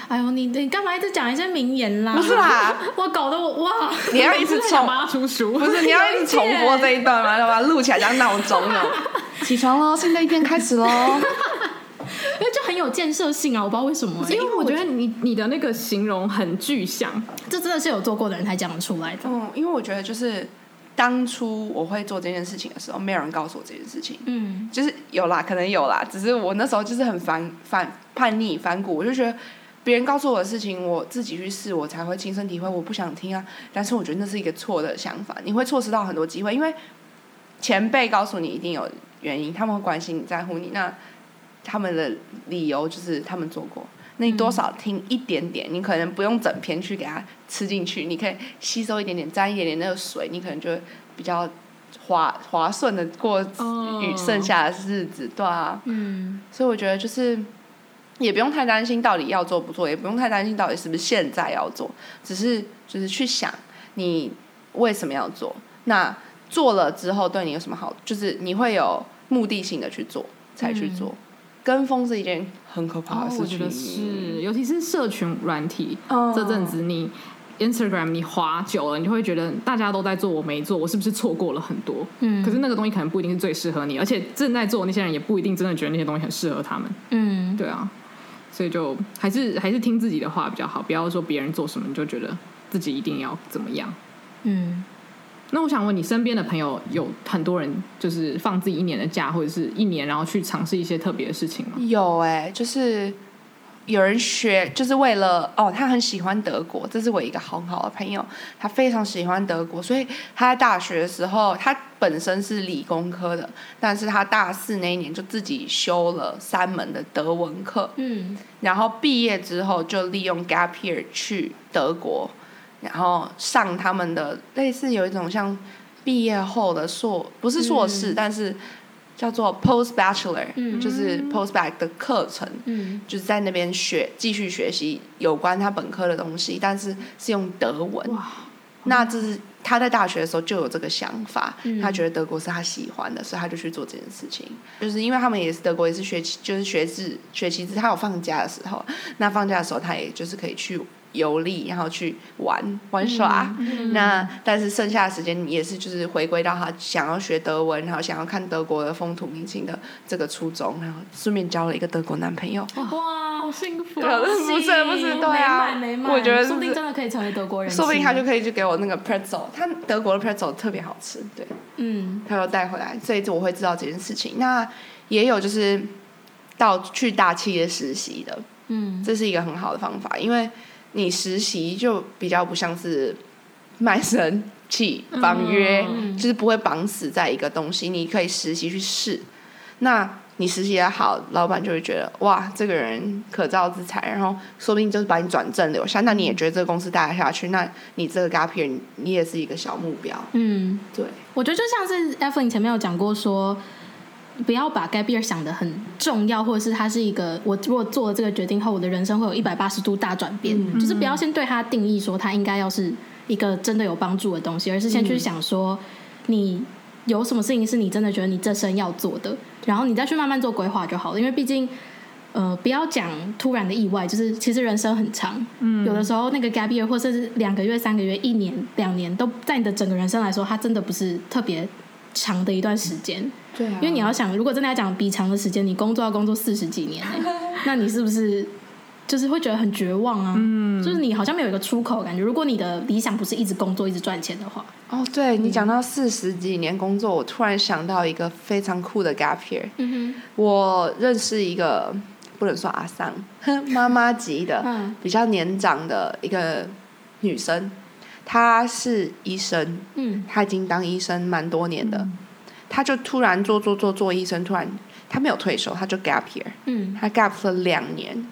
Speaker 1: 哎呦，你你干嘛一直讲一些名言啦？
Speaker 3: 不是啦，
Speaker 1: 我搞得我哇，
Speaker 3: 你要 一直重，
Speaker 2: 妈出书，
Speaker 3: 不是你要一直重播这一段 吗？要把它录起来当闹钟哦。起床喽，现在一天开始喽。
Speaker 1: 因为就很有建设性啊，我不知道为什么、欸，
Speaker 2: 因为我觉得你你的那个形容很具象，
Speaker 1: 这真的是有做过的人才讲得出来的。
Speaker 3: 嗯，因为我觉得就是当初我会做这件事情的时候，没有人告诉我这件事情，
Speaker 1: 嗯，
Speaker 3: 就是有啦，可能有啦，只是我那时候就是很反反叛逆反骨，我就觉得。别人告诉我的事情，我自己去试，我才会亲身体会。我不想听啊，但是我觉得那是一个错的想法，你会错失到很多机会，因为前辈告诉你一定有原因，他们会关心你在乎你，那他们的理由就是他们做过，那你多少听一点点，你可能不用整篇去给它吃进去，你可以吸收一点点，沾一点点那个水，你可能就会比较滑滑顺的过
Speaker 2: 哦
Speaker 3: 与剩下的日子，对啊，
Speaker 1: 嗯，
Speaker 3: 所以我觉得就是也不用太担心到底要做不做，也不用太担心到底是不是现在要做，只是就是去想你为什么要做，那做了之后对你有什么好，就是你会有目的性的去做才去做。跟风是一件很可怕的
Speaker 2: 嗯
Speaker 3: 事
Speaker 2: 哦我
Speaker 3: 情，
Speaker 2: 觉得是，尤其是社群软体，
Speaker 3: 嗯
Speaker 2: 这阵子你 Instagram 你滑久了，你就会觉得大家都在做，我没做，我是不是错过了很多？
Speaker 1: 嗯
Speaker 2: 可是那个东西可能不一定是最适合你，而且正在做的那些人也不一定真的觉得那些东西很适合他们。
Speaker 1: 嗯，
Speaker 2: 对啊，所以就还是还是听自己的话比较好，不要说别人做什么你就觉得自己一定要怎么样。
Speaker 1: 嗯，
Speaker 2: 那我想问你，身边的朋友有很多人就是放自己一年的假，或者是一年然后去尝试一些特别的事情吗？
Speaker 3: 有哎、就是有人学，就是为了哦，他很喜欢德国，这是我一个很好的朋友，他非常喜欢德国，所以他在大学的时候，他本身是理工科的，但是他大四那一年就自己修了三门的德文课，
Speaker 1: 嗯，
Speaker 3: 然后毕业之后就利用 gap year 去德国，然后上他们的类似有一种像毕业后的硕，不是硕士，但是叫做 post bachelor，、
Speaker 1: 嗯
Speaker 3: 就是 post bac 的课程，
Speaker 1: 嗯，
Speaker 3: 就是在那边学继续学习有关他本科的东西，但是是用德文。
Speaker 2: 哇
Speaker 3: 那这是他在大学的时候就有这个想法，
Speaker 1: 嗯
Speaker 3: 他觉得德国是他喜欢的，所以他就去做这件事情。就是因为他们也是德国，也是学期，就是学制学期制，他有放假的时候，那放假的时候他也就是可以去游历，然后去玩玩耍。
Speaker 1: 嗯
Speaker 2: 嗯
Speaker 3: 那但是剩下的时间也是就是回归到他想要学德文，然后想要看德国的风土民情的这个初衷，然后顺便交了一个德国男朋友。
Speaker 1: 哇，好幸福
Speaker 3: 对啊不是不是对啊
Speaker 1: 哦没买没买，
Speaker 3: 我觉得是
Speaker 1: 说不定真的可以成为德国人，
Speaker 3: 说不定他就，可以去给我那个 pretzel，他德国的 pretzel 特别好吃，对。
Speaker 1: 嗯
Speaker 3: 他又带回来，所以我会知道这件事情。那也有就是到去大企业实习的，
Speaker 1: 嗯，
Speaker 3: 这是一个很好的方法，因为你实习就比较不像是卖身契绑约，
Speaker 1: 嗯
Speaker 3: 就是不会绑死在一个东西，你可以实习去试。那你实习的好，老板就会觉得哇，这个人可造之才，然后说不定就是把你转正留下。那
Speaker 1: 嗯
Speaker 3: 你也觉得这个公司待得下去，那你这个 gap year 你你也是一个小目标，
Speaker 1: 嗯，
Speaker 3: 对。
Speaker 1: 我觉得就像是 Evelyn 前面有讲过说。不要把 gap year 想的很重要，或者是它是一个我如果做了这个决定后，我的人生会有一百八十度大转变。
Speaker 3: 嗯
Speaker 1: 就是不要先对它定义说它应该要是一个真的有帮助的东西，而是先去想说你有什么事情是你真的觉得你这生要做的，然后你再去慢慢做规划就好了。因为毕竟，呃，不要讲突然的意外，就是其实人生很长，嗯，有的时候那个 gap year 或者是两个月、三个月、一年、两年，都在你的整个人生来说，它真的不是特别长的一段时间。
Speaker 3: 对啊
Speaker 1: 因为你要想，如果真的要讲比长的时间，你工作要工作四十几 年、欸，那你是不是就是会觉得很绝望啊？嗯，就是你好像没有一个出口感觉。如果你的理想不是一直工作、一直赚钱的话，
Speaker 3: 哦，对你讲到四十几年工作，我突然想到一个非常酷的 gap year。
Speaker 1: 嗯
Speaker 3: 我认识一个不能说阿桑， 妈妈级的，
Speaker 1: 嗯
Speaker 3: 比较年长的一个女生，她是医生，
Speaker 1: 哼，嗯
Speaker 3: 她已经当医生蛮多年的，她就突然做做做做医生，突然她没有退休，她就 gap year，
Speaker 1: 嗯
Speaker 3: 她 gap 了两年。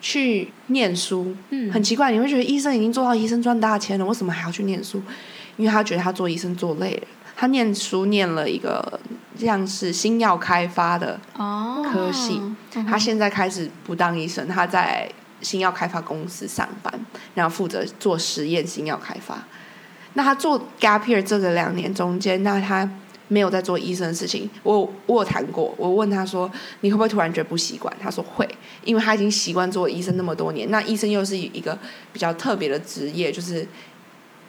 Speaker 3: 去念书，
Speaker 1: 嗯，
Speaker 3: 很奇怪，你会觉得医生已经做到医生赚大钱了，为什么还要去念书？因为他觉得他做医生做累了，他念书念了一个像是新药开发的
Speaker 1: 哦，
Speaker 3: 科系，
Speaker 1: 嗯哼
Speaker 3: 他现在开始不当医生，他在新药开发公司上班，然后负责做实验新药开发。那他做 gap year 这个两年中间，那他没有在做医生的事情。我我有谈过，我问他说：“你会不会突然觉得不习惯？”他说会，因为他已经习惯做医生那么多年。那医生又是一个比较特别的职业，就是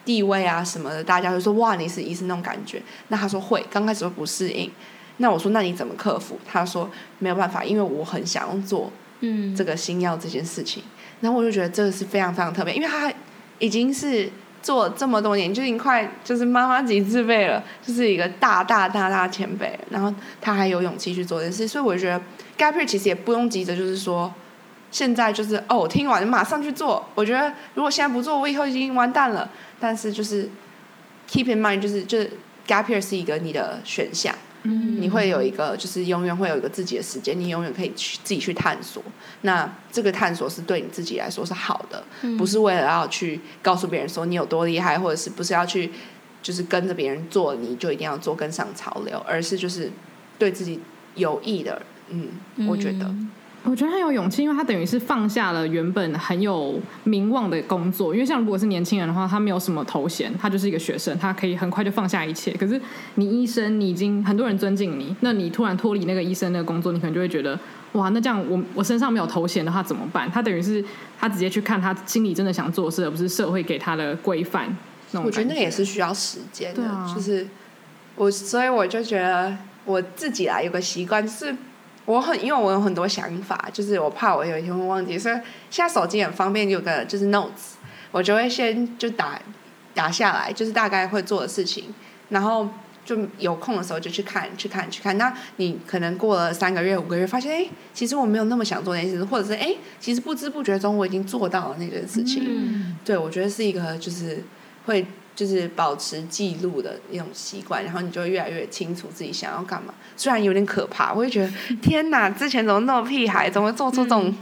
Speaker 3: 地位啊什么的，大家就说哇你是医生那种感觉。那他说会，刚开始会不适应，那我说那你怎么克服？他说没有办法，因为我很想要做
Speaker 1: 嗯，
Speaker 3: 这个星耀这件事情。然后我就觉得这个是非常非常特别，因为他已经是做这么多年，就已经快就是妈妈级自辈了，就是一个大大大大前辈。然后他还有勇气去做这件事，所以我觉得 Gabriel 其实也不用急着，就是说现在就是哦，我听完马上去做。我觉得如果现在不做，我以后已经完蛋了。但是就是 keep in mind，就是就是 Gabriel 是一个你的选项。
Speaker 2: 嗯
Speaker 3: 你会有一个，就是永远会有一个自己的时间，你永远可以去自己去探索。那这个探索是对你自己来说是好的，不是为了要去告诉别人说你有多厉害，或者是不是要去就是跟着别人做，你就一定要做跟上潮流，而是就是对自己有益的。嗯，我觉得，
Speaker 2: 我觉得很有勇气，因为他等于是放下了原本很有名望的工作。因为像如果是年轻人的话，他没有什么头衔，他就是一个学生，他可以很快就放下一切。可是你医生，你已经很多人尊敬你，那你突然脱离那个医生那个工作，你可能就会觉得，哇，那这样我我身上没有头衔的话怎么办？他等于是他直接去看他心里真的想做的事，而不是社会给他的规范。那种
Speaker 3: 我觉得那
Speaker 2: 感
Speaker 3: 个也是需要时间的，
Speaker 2: 对啊
Speaker 3: 就是我，所以我就觉得我自己来有个习惯，就是我很因为我有很多想法，就是我怕我有一天会忘记，所以现在手机很方便，有个就是 notes，我就会先就打打下来，就是大概会做的事情，然后。就有空的时候就去看、去看、去看。那你可能过了三个月、五个月，发现哎、诶其实我没有那么想做那件事，或者是哎、诶其实不知不觉中我已经做到了那件事情。
Speaker 1: 嗯
Speaker 3: 对，我觉得是一个就是会就是保持记录的一种习惯，然后你就会越来越清楚自己想要干嘛。虽然有点可怕，我会觉得 天哪，之前怎么那么屁孩，怎么会做出这
Speaker 2: 嗯
Speaker 3: 种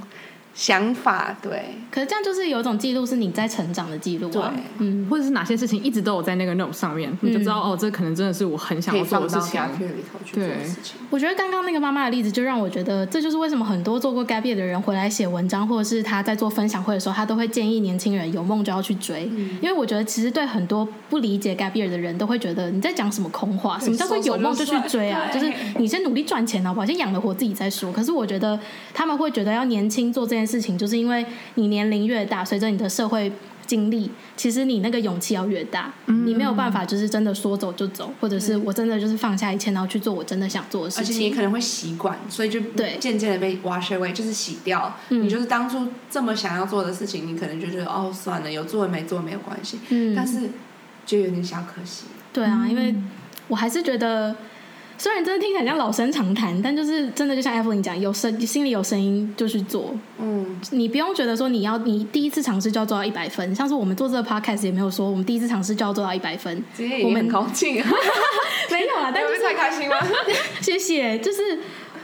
Speaker 3: 想法？对，
Speaker 1: 可是这样就是有一种记录是你在成长的记录啊
Speaker 3: 对，
Speaker 1: 嗯，
Speaker 2: 或者是哪些事情一直都有在那个 note 上面，你就知道、哦，这可能真的是我很想
Speaker 3: 可以
Speaker 2: 要做
Speaker 3: 放
Speaker 2: 的事
Speaker 3: 到
Speaker 2: 情啊
Speaker 3: 家。片里头去做的
Speaker 2: 对
Speaker 3: 事情。
Speaker 1: 我觉得刚刚那个妈妈的例子，就让我觉得，这就是为什么很多做过 gap year 的人回来写文章，或者是他在做分享会的时候，他都会建议年轻人有梦就要去追，因为我觉得其实对很多不理解 gap year 的人都会觉得你在讲什么空话，什么叫做有梦就去追啊？就
Speaker 4: 说说
Speaker 1: 是
Speaker 4: 就算
Speaker 1: 你先努力赚钱好不好？先养得活自己再说。可是我觉得他们会觉得要年轻做这件事情，就是因为你年龄越大，随着你的社会经历，其实你那个勇气要越大，
Speaker 3: 嗯
Speaker 1: 你没有办法就是真的说走就走，或者是我真的就是放下一切，然后去做我真的想做的事
Speaker 3: 而且
Speaker 1: 情。
Speaker 3: 你可能会习惯，所以就
Speaker 1: 对
Speaker 3: 渐渐的被 wash away，就是洗掉。
Speaker 1: 嗯
Speaker 3: 你就是当初这么想要做的事情，你可能就觉得哦算了，有做没做没有关系，
Speaker 1: 嗯
Speaker 3: 但是嗯就有点小可惜。
Speaker 1: 对啊，因为我还是觉得，虽然真的听起来像老生常谈，但就是真的就像 Evelyn 讲，有声心里有声音就去做，
Speaker 3: 嗯，
Speaker 1: 你不用觉得说你要你第一次尝试就要做到一百分，像是我们做这个 podcast 也没有说我们第一次尝试就要做到一百分，
Speaker 3: 今天已
Speaker 1: 我
Speaker 3: 经
Speaker 1: 们
Speaker 3: 很高兴 啊了，
Speaker 1: 没有啊 啦，但就是
Speaker 3: 太开心了。
Speaker 1: 谢谢，就是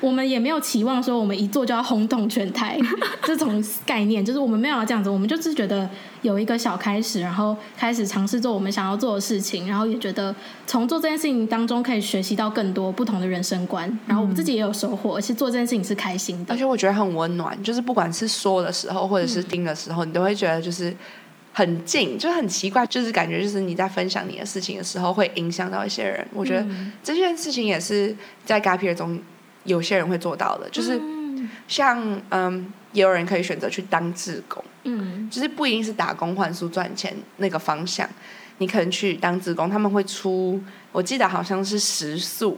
Speaker 1: 我们也没有期望说我们一做就要轰动全台这种概念，就是我们没有要这样子，我们就是觉得有一个小开始，然后开始尝试做我们想要做的事情，然后也觉得从做这件事情当中可以学习到更多不同的人生观，然后我们自己也有收获，而且做这件事情是开心的
Speaker 3: 而。且我觉得很温暖，就是不管是说的时候，或者是听的时候，你都会觉得就是很近，就很奇怪，就是感觉就是你在分享你的事情的时候，会影响到一些人。我觉
Speaker 1: 嗯
Speaker 3: 得这件事情也是在 gap year 中有些人会做到的，就是
Speaker 1: 嗯
Speaker 3: 像嗯，也有人可以选择去当志工，
Speaker 1: 嗯
Speaker 3: 就是不一定是打工换宿赚钱那个方向，你可能去当职工，他们会出，我记得好像是食宿，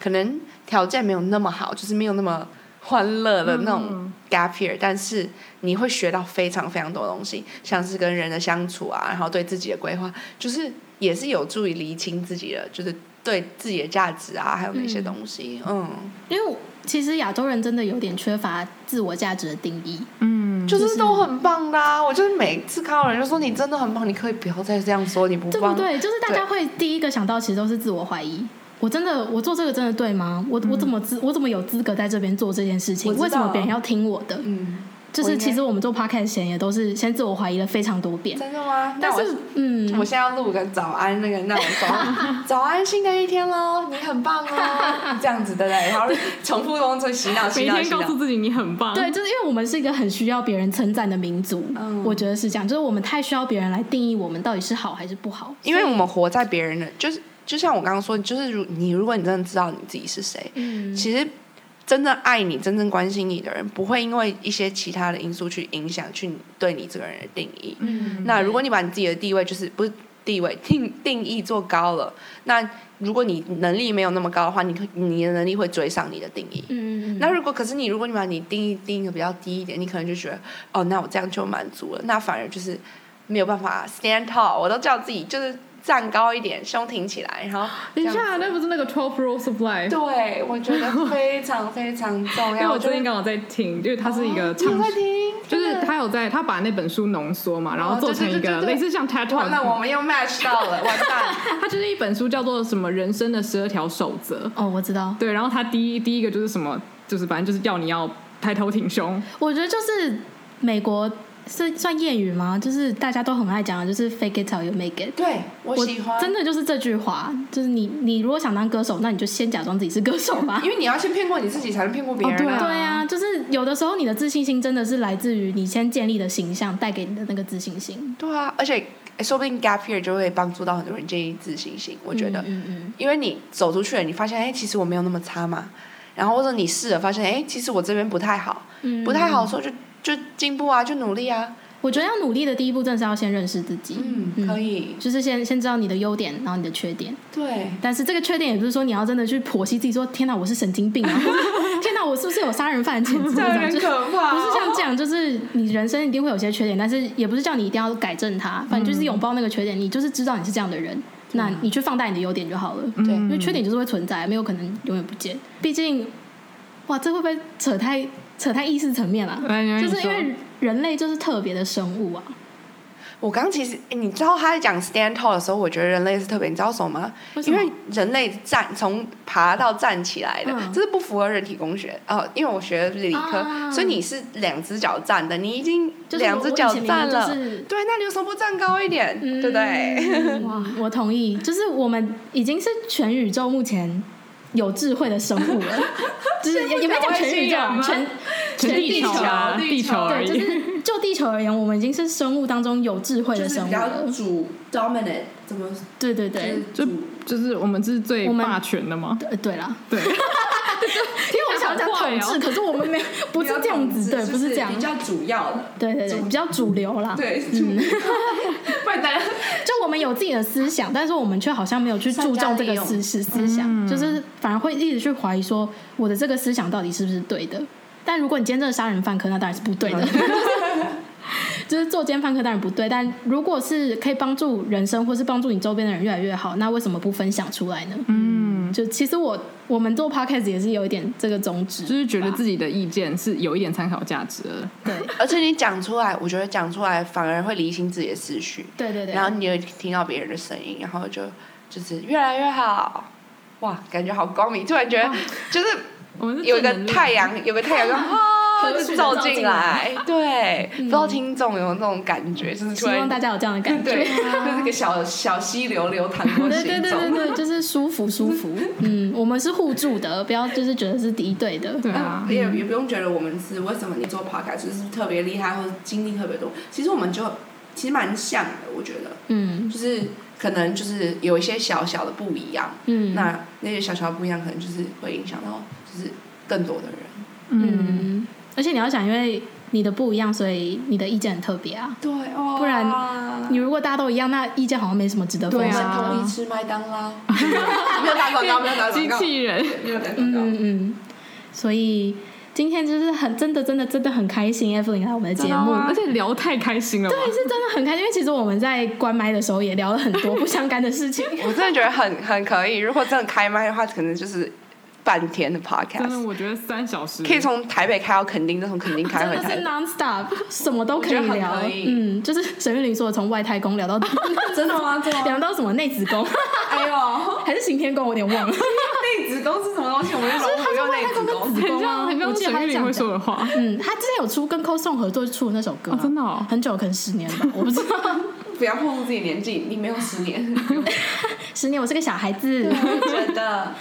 Speaker 3: 可能条件没有那么好，就是没有那么欢乐的那种 gap year，、但是你会学到非常非常多东西，像是跟人的相处啊，然后对自己的规划，就是也是有助于厘清自己的，就是对自己的价值啊，还有那些东西，嗯，
Speaker 1: 因为我其实亚洲人真的有点缺乏自我价值的定义，
Speaker 2: 嗯，
Speaker 3: 就是都很棒啦、我就是每次看到人就说你真的很棒，你可以不要再这样说，你不
Speaker 1: 对
Speaker 3: 棒
Speaker 1: 不。对？就是大家会第一个想到，其实都是自我怀疑。我真的，我做这个真的对吗？我我怎么资，我怎么有资格在这边做这件事情？
Speaker 3: 嗯我知道
Speaker 1: 为什么别人要听我的？
Speaker 3: 嗯，
Speaker 1: 就是其实我们做 podcast 前也都是先自我怀疑了非常多遍，
Speaker 3: 真的吗？
Speaker 1: 但
Speaker 3: 那
Speaker 1: 是
Speaker 3: 我
Speaker 1: 嗯，
Speaker 3: 我现在要录个早安那个闹 钟，早安新的一天喽，你很棒哦，这样子对不对？然后重复工作洗脑洗
Speaker 2: 每
Speaker 3: 脑
Speaker 2: 天
Speaker 3: 洗
Speaker 2: 告诉
Speaker 3: 脑。
Speaker 2: 自己你很棒，
Speaker 1: 对，，就是因为我们是一个很需要别人称赞的民族，
Speaker 3: 嗯
Speaker 1: 我觉得是这样，就是我们太需要别人来定义我们到底是好还是不好，
Speaker 3: 因为我们活在别人的，就是就像我刚刚说，就是如你如果你真的知道你自己是谁，
Speaker 1: 嗯
Speaker 3: 其实真正爱你、真正关心你的人，不会因为一些其他的因素去影响去对你这个人的定义。
Speaker 1: 嗯
Speaker 3: 那如果你把你自己的地位，就是不是地位定定义做高了，那如果你能力没有那么高的话，你可你的能力会追上你的定义。
Speaker 1: 嗯嗯
Speaker 3: 那如果可是你，如果你把你定义定一个比较低一点，你可能就觉得哦，那我这样就满足了，那反而就是没有办法 stand tall。我都叫自己就是站高一点，胸挺起来，然 后
Speaker 2: 等一
Speaker 3: 这样
Speaker 2: 下，那不是那个 Twelve Rules of Life？
Speaker 3: 对我觉得非常非常重
Speaker 2: 因为
Speaker 3: 要。
Speaker 2: 哎我最近
Speaker 3: 觉得
Speaker 2: 刚好
Speaker 3: 哦
Speaker 2: 在听，就是他是一个
Speaker 3: 你有
Speaker 2: 唱
Speaker 3: 在听，
Speaker 2: 就是他有在，他把那本书浓缩嘛，然后做成一
Speaker 3: 对对对
Speaker 2: 个
Speaker 3: 对对
Speaker 2: 类似像 TED
Speaker 3: 完了，我
Speaker 2: Talk，
Speaker 3: 们又 match 到了，完蛋。
Speaker 2: 它就是一本书叫做什么人生的十二条守则，
Speaker 1: 哦，我知道，
Speaker 2: 对，然后他第一第一个就是什么，就是反正就是要你要抬头挺胸，
Speaker 1: 我觉得就是美国是算谚语吗？就是大家都很爱讲的，就是 fake it till you make it。
Speaker 3: 对，我喜欢，
Speaker 1: 真的就是这句话，就是你你如果想当歌手，那你就先假装自己是歌手吧。
Speaker 3: 因为你要先骗过你自己，才能骗过别人、
Speaker 2: 哦
Speaker 1: 对啊，就是有的时候你的自信心真的是来自于你先建立的形象带给你的那个自信心。
Speaker 3: 对啊，而且诶说不定 gap year 就会帮助到很多人建立自信心。我觉得，
Speaker 1: 嗯嗯
Speaker 3: 因为你走出去了，你发现哎、诶其实我没有那么差嘛。然后或者你试了，发现哎、诶其实我这边不太好，
Speaker 1: 嗯，
Speaker 3: 不太好的时候就就进步啊，就努力啊。
Speaker 1: 我觉得要努力的第一步，真的是要先认识自己。
Speaker 3: 嗯，可以，
Speaker 1: 就是先先知道你的优点，然后你的缺点。
Speaker 3: 对。
Speaker 1: 但是这个缺点也不是说你要真的去剖析自己说，天哪，我是神经病啊！或 者是天哪，我是不是有杀人犯的潜 质？这
Speaker 3: 有
Speaker 1: 样
Speaker 3: 点
Speaker 1: 就是
Speaker 3: 可怕哦
Speaker 1: 不是像这样，就是你人生一定会有些缺点，但是也不是叫你一定要改正它，反正就是拥抱那个缺点，你就是知道你是这样的人，那你去放大你的优点就好了。
Speaker 3: 对
Speaker 2: 嗯
Speaker 1: 因为缺点就是会存在，没有可能永远不见。毕竟，哇，这会不会扯太扯太意识层面了、啊
Speaker 2: 哎你
Speaker 1: 就是因
Speaker 2: 说
Speaker 1: 为人类就是特别的生物啊，
Speaker 3: 我刚其实，诶你知道他在讲 stand tall 的时候，我觉得人类是特别，你知道什么吗？
Speaker 1: 为什
Speaker 3: 因
Speaker 1: 么
Speaker 3: 为人类站从爬到站起来的，
Speaker 1: 嗯
Speaker 3: 这是不符合人体工学。哦，因为我学的是理科，
Speaker 1: 啊
Speaker 3: 所以你是两只脚站的，你已经
Speaker 1: 就是
Speaker 3: 两只脚站了。
Speaker 1: 我我以前明明就是
Speaker 3: 对，那你为什么不站高一点？
Speaker 1: 嗯
Speaker 3: 对不对？
Speaker 1: 哇，我同意，就是我们已经是全宇宙目前有智慧的生物了，就是也也没讲全宇宙
Speaker 2: 讲外，星人
Speaker 1: 全
Speaker 2: 吗全地球啊，
Speaker 4: 全
Speaker 2: 地
Speaker 4: 地球
Speaker 2: 球而
Speaker 1: 对，就
Speaker 2: 已。
Speaker 1: 是就地球而言，我们已经是生物当中有智慧的
Speaker 4: 就是
Speaker 1: 生
Speaker 4: 比
Speaker 1: 物
Speaker 4: 较
Speaker 1: 了，
Speaker 4: 主 dominant 怎么
Speaker 1: 对对对，
Speaker 2: 就就是我们是最
Speaker 1: 我们
Speaker 2: 霸权的嘛，
Speaker 1: 呃对啦，
Speaker 2: 对，
Speaker 1: 因为我想讲统治，可是我们没有不是这样子，对，不是这样
Speaker 4: 哦比，较主要的，
Speaker 1: 对对对，比较主流啦，
Speaker 4: 对，主，
Speaker 1: 嗯
Speaker 4: 不然大家
Speaker 1: 就我们有自己的思想，但是我们却好像没有去注重这个思思思想，就是反而会一直去怀疑说我的这个思想到底是不是对的。但如果你今天真的杀人犯科，那当然是不对的。就是作奸犯科当然不对，但如果是可以帮助人生或是帮助你周边的人越来越好，那为什么不分享出来呢？嗯，就其实我我们做 podcast 也是有一点这个宗旨，
Speaker 2: 就是觉得自己的意见是有一点参考价值的。
Speaker 1: 对
Speaker 3: 而且你讲出来，我觉得讲出来反而会理清自己的思绪，
Speaker 1: 对对对，
Speaker 3: 然后你也听到别人的声音，然后就就是越来越好。哇，感觉好光明！突然觉得就是
Speaker 2: 我们是
Speaker 3: 有一个
Speaker 2: 正能量
Speaker 3: 太阳，有个太 阳
Speaker 1: 和煦
Speaker 3: 刚
Speaker 1: 地
Speaker 3: 就
Speaker 1: 照
Speaker 3: 照
Speaker 1: 进
Speaker 3: 进
Speaker 1: 来
Speaker 3: 来。对，不知道听众有没有那种感觉，就是
Speaker 1: 嗯希
Speaker 3: 突
Speaker 1: 望
Speaker 3: 然
Speaker 1: 大家有这样的感觉，
Speaker 4: 对，就是个小小溪流流淌过
Speaker 1: 对
Speaker 4: 心
Speaker 1: 对对对
Speaker 4: 中。
Speaker 1: 对，就是舒服舒 服。嗯，我们是互助的，不要就是觉得是敌对的。
Speaker 2: 对啊，
Speaker 4: 也也不用觉得我们是为什么你做 podcast 就是特别厉害或者经历特别多，其实我们就其实蛮像的，我觉得
Speaker 1: 嗯
Speaker 4: 就是可能就是有一些小小的不一样，
Speaker 1: 嗯，
Speaker 4: 那那些小小的不一样可能就是会影响到就是更多的人。
Speaker 2: 嗯，
Speaker 1: 嗯，而且你要想，因为你的不一样，所以你的意见很特别啊。
Speaker 4: 对哦
Speaker 1: 不然你如果大家都一样，那意见好像没什么值得分
Speaker 2: 对
Speaker 1: 享。
Speaker 2: 啊
Speaker 4: 同意吃麦当 劳，没有打广告，没有打广
Speaker 2: 机
Speaker 4: 告，
Speaker 2: 器人。
Speaker 4: 没有打广告。
Speaker 1: 嗯嗯嗯，所以今天就是很真的真的真的很开心，Evelyn 来我们的节目。
Speaker 2: 而且聊太开心了吧？
Speaker 1: 对，是真的很开心，因为其实我们在关麦的时候也聊了很多不相干的事 情。
Speaker 3: 我真的觉得很很可以。如果真的开麦的话，可能就是半天的
Speaker 2: 真的，
Speaker 3: podcast，
Speaker 2: 我觉得三小时
Speaker 3: 可以从台北开到垦丁，再从垦丁开
Speaker 1: 真
Speaker 3: 回
Speaker 4: 啊
Speaker 1: 的
Speaker 3: 台
Speaker 1: 是
Speaker 3: 北。
Speaker 1: non stop，什么都可以
Speaker 4: 我觉得
Speaker 1: 聊
Speaker 4: 很可。以
Speaker 1: 嗯，就是沈玉玲说的，从外太空聊到
Speaker 4: 真的吗？真的 吗？
Speaker 1: 聊到什么内子 宫，
Speaker 4: 哎呦，
Speaker 1: 还是刑天宫，我有点忘了。
Speaker 4: 内子宫是什么东西？我们用
Speaker 3: 不用那
Speaker 1: 宫
Speaker 3: 种
Speaker 1: 跟子
Speaker 2: 很
Speaker 1: 宫啊，
Speaker 2: 像很
Speaker 1: 我
Speaker 2: 像
Speaker 1: 记得
Speaker 2: 沈
Speaker 1: 他
Speaker 2: 玉
Speaker 1: 是这
Speaker 2: 琳
Speaker 1: 样
Speaker 2: 会说
Speaker 1: 讲。
Speaker 2: 的话。
Speaker 1: 嗯，他之前有出跟 c o s o n 合作出的那首歌啊、
Speaker 2: 哦真的哦
Speaker 1: 很久，可能十 年吧，我不知道。
Speaker 4: 不要暴露自己年纪，你没有十 年，
Speaker 1: 十年，我是个小孩子，
Speaker 4: 真的。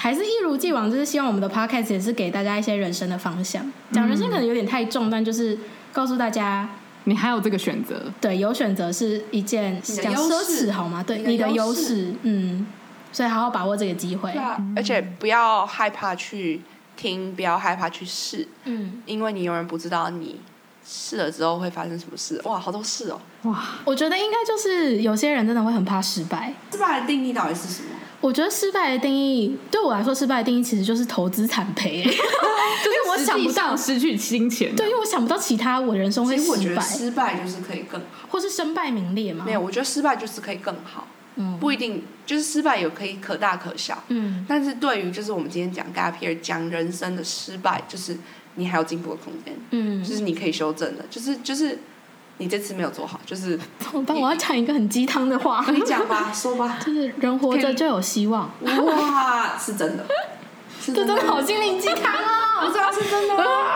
Speaker 1: 还是一如既往，就是希望我们的 podcast 也是给大家一些人生的方向。讲人生可能有点太重，但就是告诉大家，
Speaker 2: 你还有这个选择，
Speaker 1: 对，有选择是一件
Speaker 4: 你的
Speaker 1: 讲
Speaker 4: 优
Speaker 1: 奢
Speaker 4: 势
Speaker 1: 侈好吗？对，你
Speaker 4: 你的
Speaker 1: 的
Speaker 4: 优
Speaker 1: 优势，嗯，所以好好把握这个机会
Speaker 4: 对。啊，
Speaker 3: 而且不要害怕去听，不要害怕去试，
Speaker 1: 嗯，
Speaker 3: 因为你永远不知道你
Speaker 5: 试了之后会发生什么事？哇，好多事哦！
Speaker 1: 我觉得应该就是有些人真的会很怕失败。
Speaker 3: 失败的定义到底是什么？
Speaker 1: 我觉得失败的定义，对我来说，失败的定义其实就是投资惨 赔、欸就是我想不到，
Speaker 2: 失去金钱，
Speaker 1: 对，因为我想不到其他我人生会
Speaker 3: 其实我觉
Speaker 1: 失
Speaker 3: 得
Speaker 1: 败，
Speaker 3: 失败就是可以更好，
Speaker 1: 或是身败名裂嘛。
Speaker 3: 没有，我觉得失败就是可以更好，
Speaker 1: 嗯，
Speaker 3: 不一定就是失败有可以可大可小。
Speaker 1: 嗯，
Speaker 3: 但是对于就是我们今天讲 gap year 讲人生的失败，就是你还有进步的空间，
Speaker 1: 嗯
Speaker 3: 就是你可以修正的，就是就是你这次没有做好， 就是
Speaker 1: 怎么办？我要讲一个很鸡汤的 话，
Speaker 3: 你讲吧，说吧，
Speaker 1: 就是人活着就有希望，
Speaker 3: 哇，是真的，是
Speaker 1: 这
Speaker 3: 真
Speaker 1: 真的
Speaker 3: 的，
Speaker 1: 好心灵鸡汤
Speaker 3: 我
Speaker 1: 哦。
Speaker 3: 知道是真的 啊，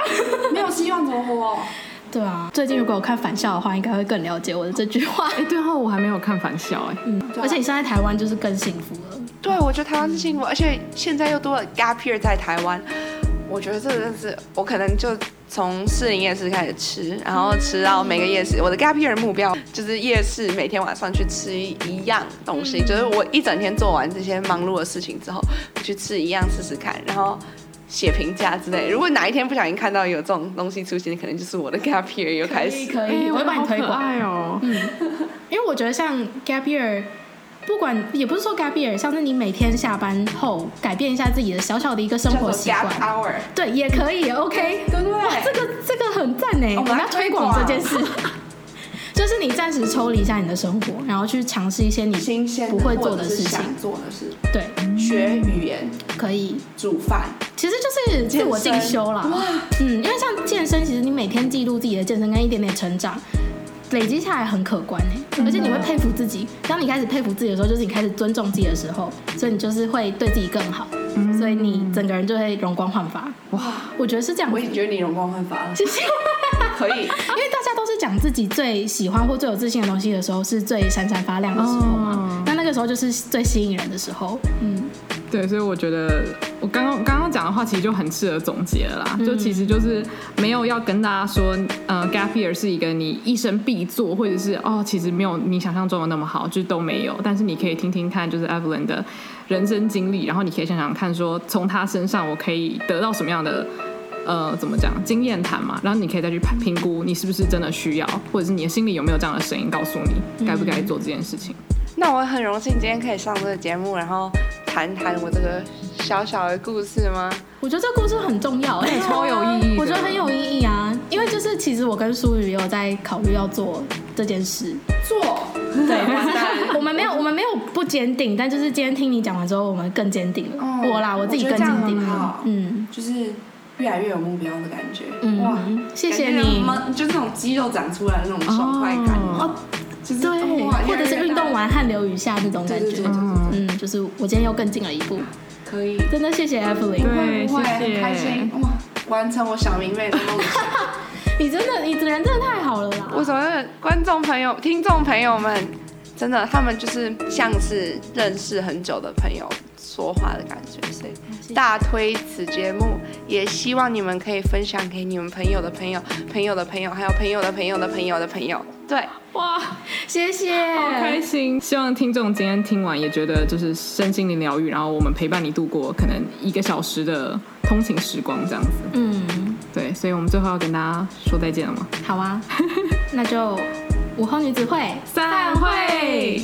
Speaker 3: 没有希望怎么活？哦
Speaker 1: 对啊，最近如果有看返校的话，应该会更了解我的这句话。
Speaker 2: 哎、对哦，我还没有看返校哎、
Speaker 1: 嗯，
Speaker 3: 啊
Speaker 1: 而且你现在台湾就是更幸福了。
Speaker 3: 对，我觉得台湾是幸福，而且现在又多了 gap year 在台湾，我觉得这真的是我可能就从市营夜市开始吃，然后吃到每个夜市。我的 gap year 目标就是夜市每天晚上去吃一样东
Speaker 1: 嗯
Speaker 3: 西，就是我一整天做完这些忙碌的事情之后，去吃一样试试看，然后。写评价之类，如果哪一天不小心看到有这种东西出现，可能就是 我的 gap year 又开始。
Speaker 1: 可
Speaker 2: 哎
Speaker 1: 我会
Speaker 2: 们
Speaker 1: 帮
Speaker 2: 好
Speaker 1: 你推
Speaker 2: 可
Speaker 1: 广。
Speaker 2: 爱哦、
Speaker 1: 嗯 因为我觉得像 gap year，不管也不是说 gap year，像是你每天下班后改变一下自己的小小的一个生
Speaker 3: 叫
Speaker 1: 活
Speaker 3: 做
Speaker 1: 习
Speaker 3: gap
Speaker 1: 惯，
Speaker 3: hour，
Speaker 1: 对，也可以，OK。
Speaker 3: 对不
Speaker 1: 哇，这
Speaker 3: 对？
Speaker 1: 个这个很赞呢，
Speaker 3: 我
Speaker 1: 我们
Speaker 3: 们来
Speaker 1: 要推广这件事。 就是你暂时抽离一下你的生活，然后去尝试一些你
Speaker 3: 新鲜的
Speaker 1: 不会
Speaker 3: 或
Speaker 1: 做
Speaker 3: 者
Speaker 1: 的
Speaker 3: 是
Speaker 1: 事情，
Speaker 3: 想做的事，
Speaker 1: 对，
Speaker 3: 学语言、
Speaker 1: 可以。
Speaker 3: 煮饭，
Speaker 1: 其实就是自我进修啦。嗯，因为像健身，其实你每天记录自己的健身跟一点点成长，累积下来很可观哎、而且你会佩服自己。当你开始佩服自己的时候，就是你开始尊重自己的时候，所以你就是会对自己更好，所以你整个人就会容光焕发。哇，我觉得是这样子
Speaker 3: 我。已经觉得你容光焕发了，
Speaker 1: 谢谢。
Speaker 3: 可以。
Speaker 1: 因为大家都是讲自己最喜欢或最有自信的东西的时候，是最闪闪发亮的时候嘛
Speaker 2: 哦。
Speaker 1: 那、那个时候就是最吸引人的时候。嗯，
Speaker 2: 对，所以我觉得我刚刚刚刚讲的话，其实就很适合总结了啦。
Speaker 3: 嗯
Speaker 2: 就其实就是没有要跟大家说，呃，gap year 是一个你一生必做，或者是哦，其实没有你想象中的那么好，就是都没有。但是你可以听听看，就是 Evelyn 的人生经历，然后你可以想想看说从她身上我可以得到什么样的。呃，怎么讲？经验谈嘛，然后你可以再去判评估你是不是真的需要，或者是你的心里有没有这样的声音告诉你该不
Speaker 3: 嗯
Speaker 2: 该做这件事情。
Speaker 3: 那我很荣幸今天可以上这个节目，然后谈谈我这个小小的故事吗？
Speaker 1: 我觉得这故事很重要哎、
Speaker 2: 超有意义的
Speaker 1: 我觉得很有意义啊，因为就是其实我跟舒宇也有在考虑要做这件事，
Speaker 3: 做，对，完蛋。
Speaker 1: 我们没有我们没有不坚定，但就是今天听你讲完之后，我们更坚定了。
Speaker 3: 嗯
Speaker 1: 我啦，我自己
Speaker 3: 我觉
Speaker 1: 更
Speaker 3: 得这样
Speaker 1: 坚定
Speaker 3: 很好
Speaker 1: 了。嗯
Speaker 3: 就是越来越有目标的感觉，哇！
Speaker 1: 嗯，谢谢
Speaker 3: 感觉
Speaker 1: 你。
Speaker 3: 闷就是那种肌肉长出来的那种爽快感，
Speaker 1: 哦，
Speaker 3: 就是
Speaker 1: 对，
Speaker 3: 哇
Speaker 1: 或者是运动，
Speaker 3: 越来越大
Speaker 1: 完汗流雨下那种感
Speaker 3: 对对对对
Speaker 1: 觉。
Speaker 3: 对，
Speaker 1: 嗯，就是我今天又更进了一步，
Speaker 3: 可以，
Speaker 1: 真的谢谢 Evelyn。
Speaker 2: 对，
Speaker 3: 不会
Speaker 2: 谢
Speaker 3: 很
Speaker 2: 谢，
Speaker 3: 开心哇！完成我小明妹的梦想。
Speaker 1: 你真的，你人真的太好了啦！
Speaker 3: 我所谓的观众朋友、听众朋友们，真的，他们就是像是认识很久的朋友说话的感觉，所以
Speaker 1: 谢谢
Speaker 3: 大推此节目，也希望你们可以分享给你们朋友的朋友、朋友的朋友，还有朋友的朋友的朋友的朋友。对，
Speaker 2: 哇。
Speaker 1: 谢谢，
Speaker 2: 好开心！希望听众今天听完也觉得就是身心灵疗愈，然后我们陪伴你度过可能一个小时的通勤时光这样子。
Speaker 1: 嗯，
Speaker 2: 对，所以我们最后要跟大家 说再见了吗？
Speaker 1: 好啊，那就午后女子会
Speaker 2: 散会。